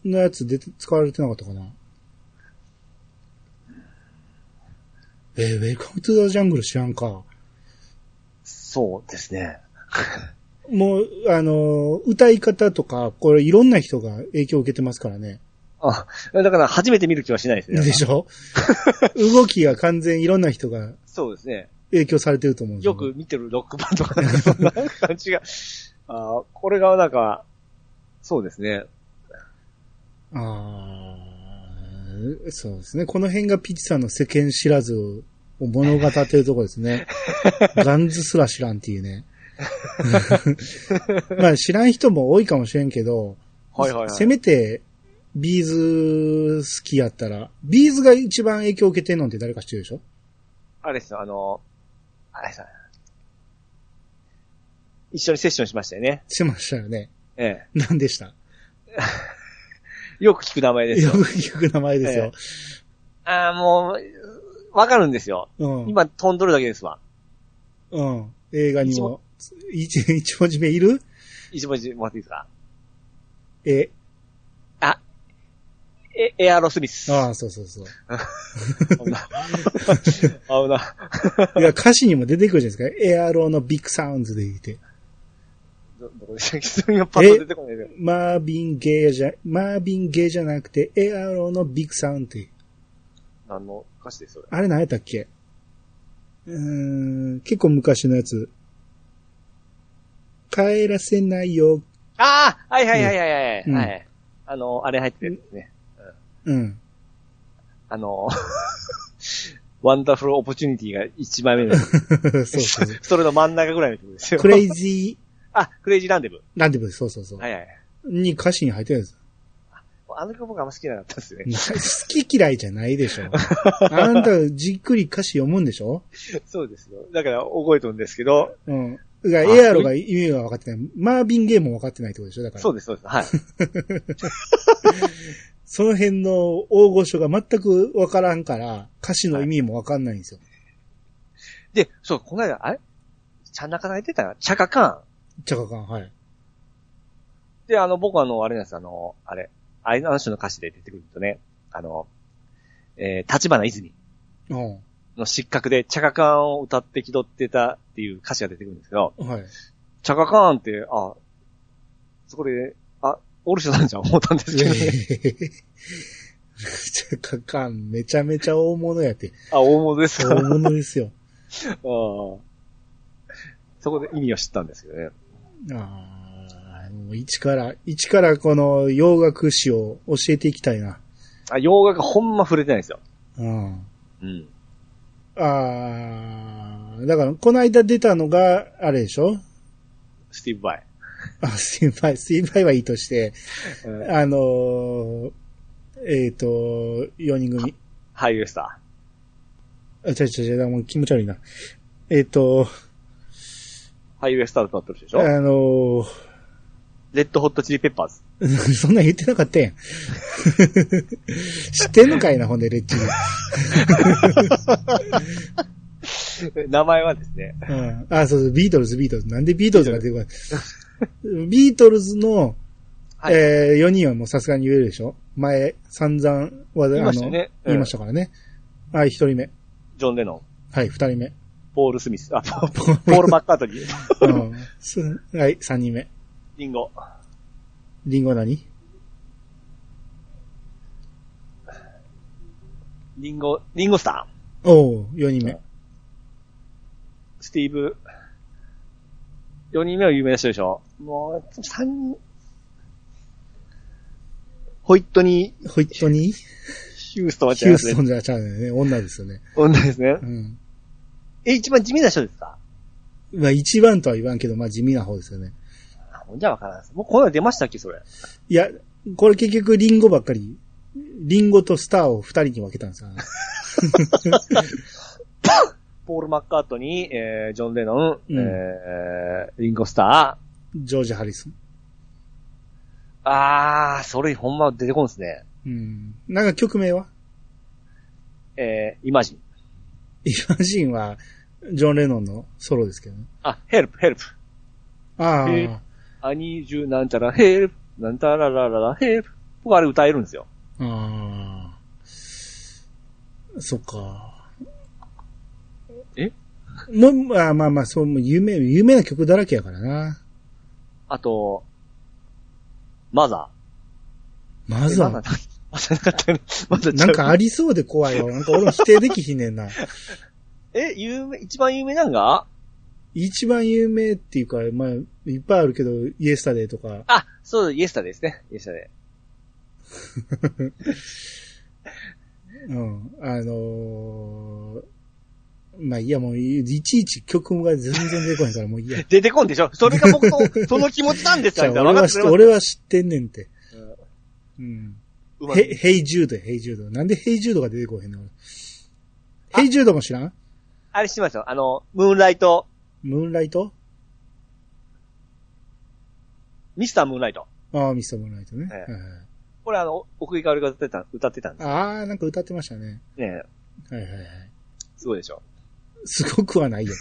のやつで使われてなかったかなえー、ウェルカムトゥザジャングル知らんか。そうですね。もう、あのー、歌い方とか、これいろんな人が影響を受けてますからね。あ、だから初めて見る気はしないですね。でしょ動きが完全にいろんな人がそうですね。影響されてると思うんですよく。見てるロックバンドがなんかそんな感じが。あーこれがなんか、そうですね。あーそうですね。この辺がピチさんの世間知らずを物語ってるとこです ね。ガンズすら知らんっていうね。 まあ知らん人も多いかもしれんけど、はいはいはせい。めて、ビーズ好きやったら、ビーズが一番影響を受けてんのって誰か知ってるでしょあれですよ、あの、あれですよ一緒にセッションしましたよね。してましたよね。ええ。何でしたよく聞く名前ですよよく。聞く名前ですよ。ああ、もう、わかるんですよ。うん。今飛んどるだけですわ。うん。映画にも。一一文字目いる一文字もらっていいですかえ、え、エアロスミス。ああ、そうそうそう。 危な。危な。いや、歌詞にも出てくるじゃないですか。エアローのビッグサウンズで言って。ど、どこでしたっけそれがパッと出てこないけど。マービンゲーじゃ、マービンゲーじゃなくて、エアローのビッグサウンズって。何の歌詞ですそれ。あれ何やったっけうーん、結構昔のやつ。帰らせないよ。ああはいはいはいはいはい。うんはい。あの、あれ入ってるんですね。 うん。あの、 ワンダフルオポチュニティが一枚目の。そうそうそう。 それの真ん中ぐらいのとこですよ。クレイジあ、クレイジーランデブー、なんでもそうそうそうー。。はいはい。に歌詞に入ってるんです。あの曲僕あんま好きじゃなかったですね。好き嫌いじゃないでしょ。あんたじっくり歌詞読むんでしょそうですよ。だから覚えとるんですけど、うん。だからエアロが意味が分かってない。マービンゲーも分かってないってことでしょだから。そうですそうです。はい。その辺の大御所が全くわからんから、歌詞の意味もわかんないんですよ。で、そう、この間、あれちゃん中さん言ってたな。チャカカーン。チャカカン、はい。で、あの、僕あの、あれなんです、あの、あれ、アイナンシュの歌詞で出てくるとね、あの、えー、立花泉うの失格でチャカカーンを歌って気取ってたっていう歌詞が出てくるんですけど、ん。 はい。チャカカーンって、あ、そこで、あ、オルショなんじゃん思ったんですけどね。チャカカン、めちゃめちゃ大物やって。あ、大物ですか。大 あ物です よ。ーそこで意味を知ったんですけどね。ああ、もう一から、一からこの洋楽史を教えていきたいな。あ、洋楽ほんま触れてないんですよ。うん。うん。ああ、だから、この間出たのが、あれでしょスティーブ・バイ。あ、スイバイ、スイバイはいいとして、うんあのー、えっ、と、4人組。俳優スタあ、違う違う違う、もう気持ち悪いな。えっ、と、ー。俳優スターとなってるでしあょのレッド・ホット・チリ・ペッ パーズ。ー、 そんなん言ってなかったやん。 知ってんのかいな、ほんで、レッチリ。名前はですね、うん。あ、そうそう、ビートルズ、ビートルズ。なんでビートルズが出て こないビートルズの、はいえー、4人はもうさすがに言えるでしょ前、散々、わざ言いましたねうん言いましたからね。はい、1人目。ジョン・レノン、はい、2人目。ポール・スミス、あ、ポーポール・マッカートニー、 うんすはい、3人目。リンゴ、リンゴ何リンゴ、リンゴスター、おう、4人目。スティーブ、4人目は有名な人でしょ。もう、3人、ホイットニホイットニーー・ヒューストンはヒ違ュいまーすスねト。ンじゃちゃうよね。女ですよね。女ですねう。ん。え、一番地味な人ですかまあ、一番とは言わんけど、まあ、地味な方ですよね。あほんじゃわからないです。もうこういうの出ましたっけ、それ。いや、これ結局リンゴばっかり、リンゴとスターを2人に分けたんですよ。ポール・マッカートニー、えー、ジョン・レノン、うんえー、リンゴ・スター、ジョージ・ハリスン。あー、それほんま出てこんですね。うん。なんか曲名はえー、イマジン。イマジンは、ジョン・レノンのソロですけどね。あ、ヘルプ、ヘルプ。あえアニージュなんちゃら、ヘルプ、なんたらららら、ヘルプ。僕あれ歌えるんですよ。あ、ああ、そっか。えもう、まあまあまあ、そう、もう有名、有名な曲だらけやからな。あと、マザまー。ずえマは、ザーマザーなかったよね。マザーちゃなうんかありそうで怖いわ。なんか俺も否定できひんねんな。え、有名、一番有名なんが一番有名っていうか、まあ、いっぱいあるけど、イエスタデーとか、あ、そう、イエスタですね。イエスタで。うん、あのーまあいいや、もう、いちいち曲が全然出てこないから、もう いいや。出てこんでしょそれが僕 の、その気持ちなんですじゃよ。あ分俺かはっ知てって、俺は知ってるんねんって。うん。うまいへ、ヘイジュード、ヘイジュード。なんでヘイジュードが出てこへんのヘイジュードも知らんあれ知ってますよ。あの、ムーンライト、ムーンライトミスタームーンライト。ああ、ミスタームーンライトね。えはいえはいこれあの、奥井香織が歌ってた、歌ってたんでああ、なんか歌ってましたね。すね。はいはいはい。すごいでしょ。すごくはないよ。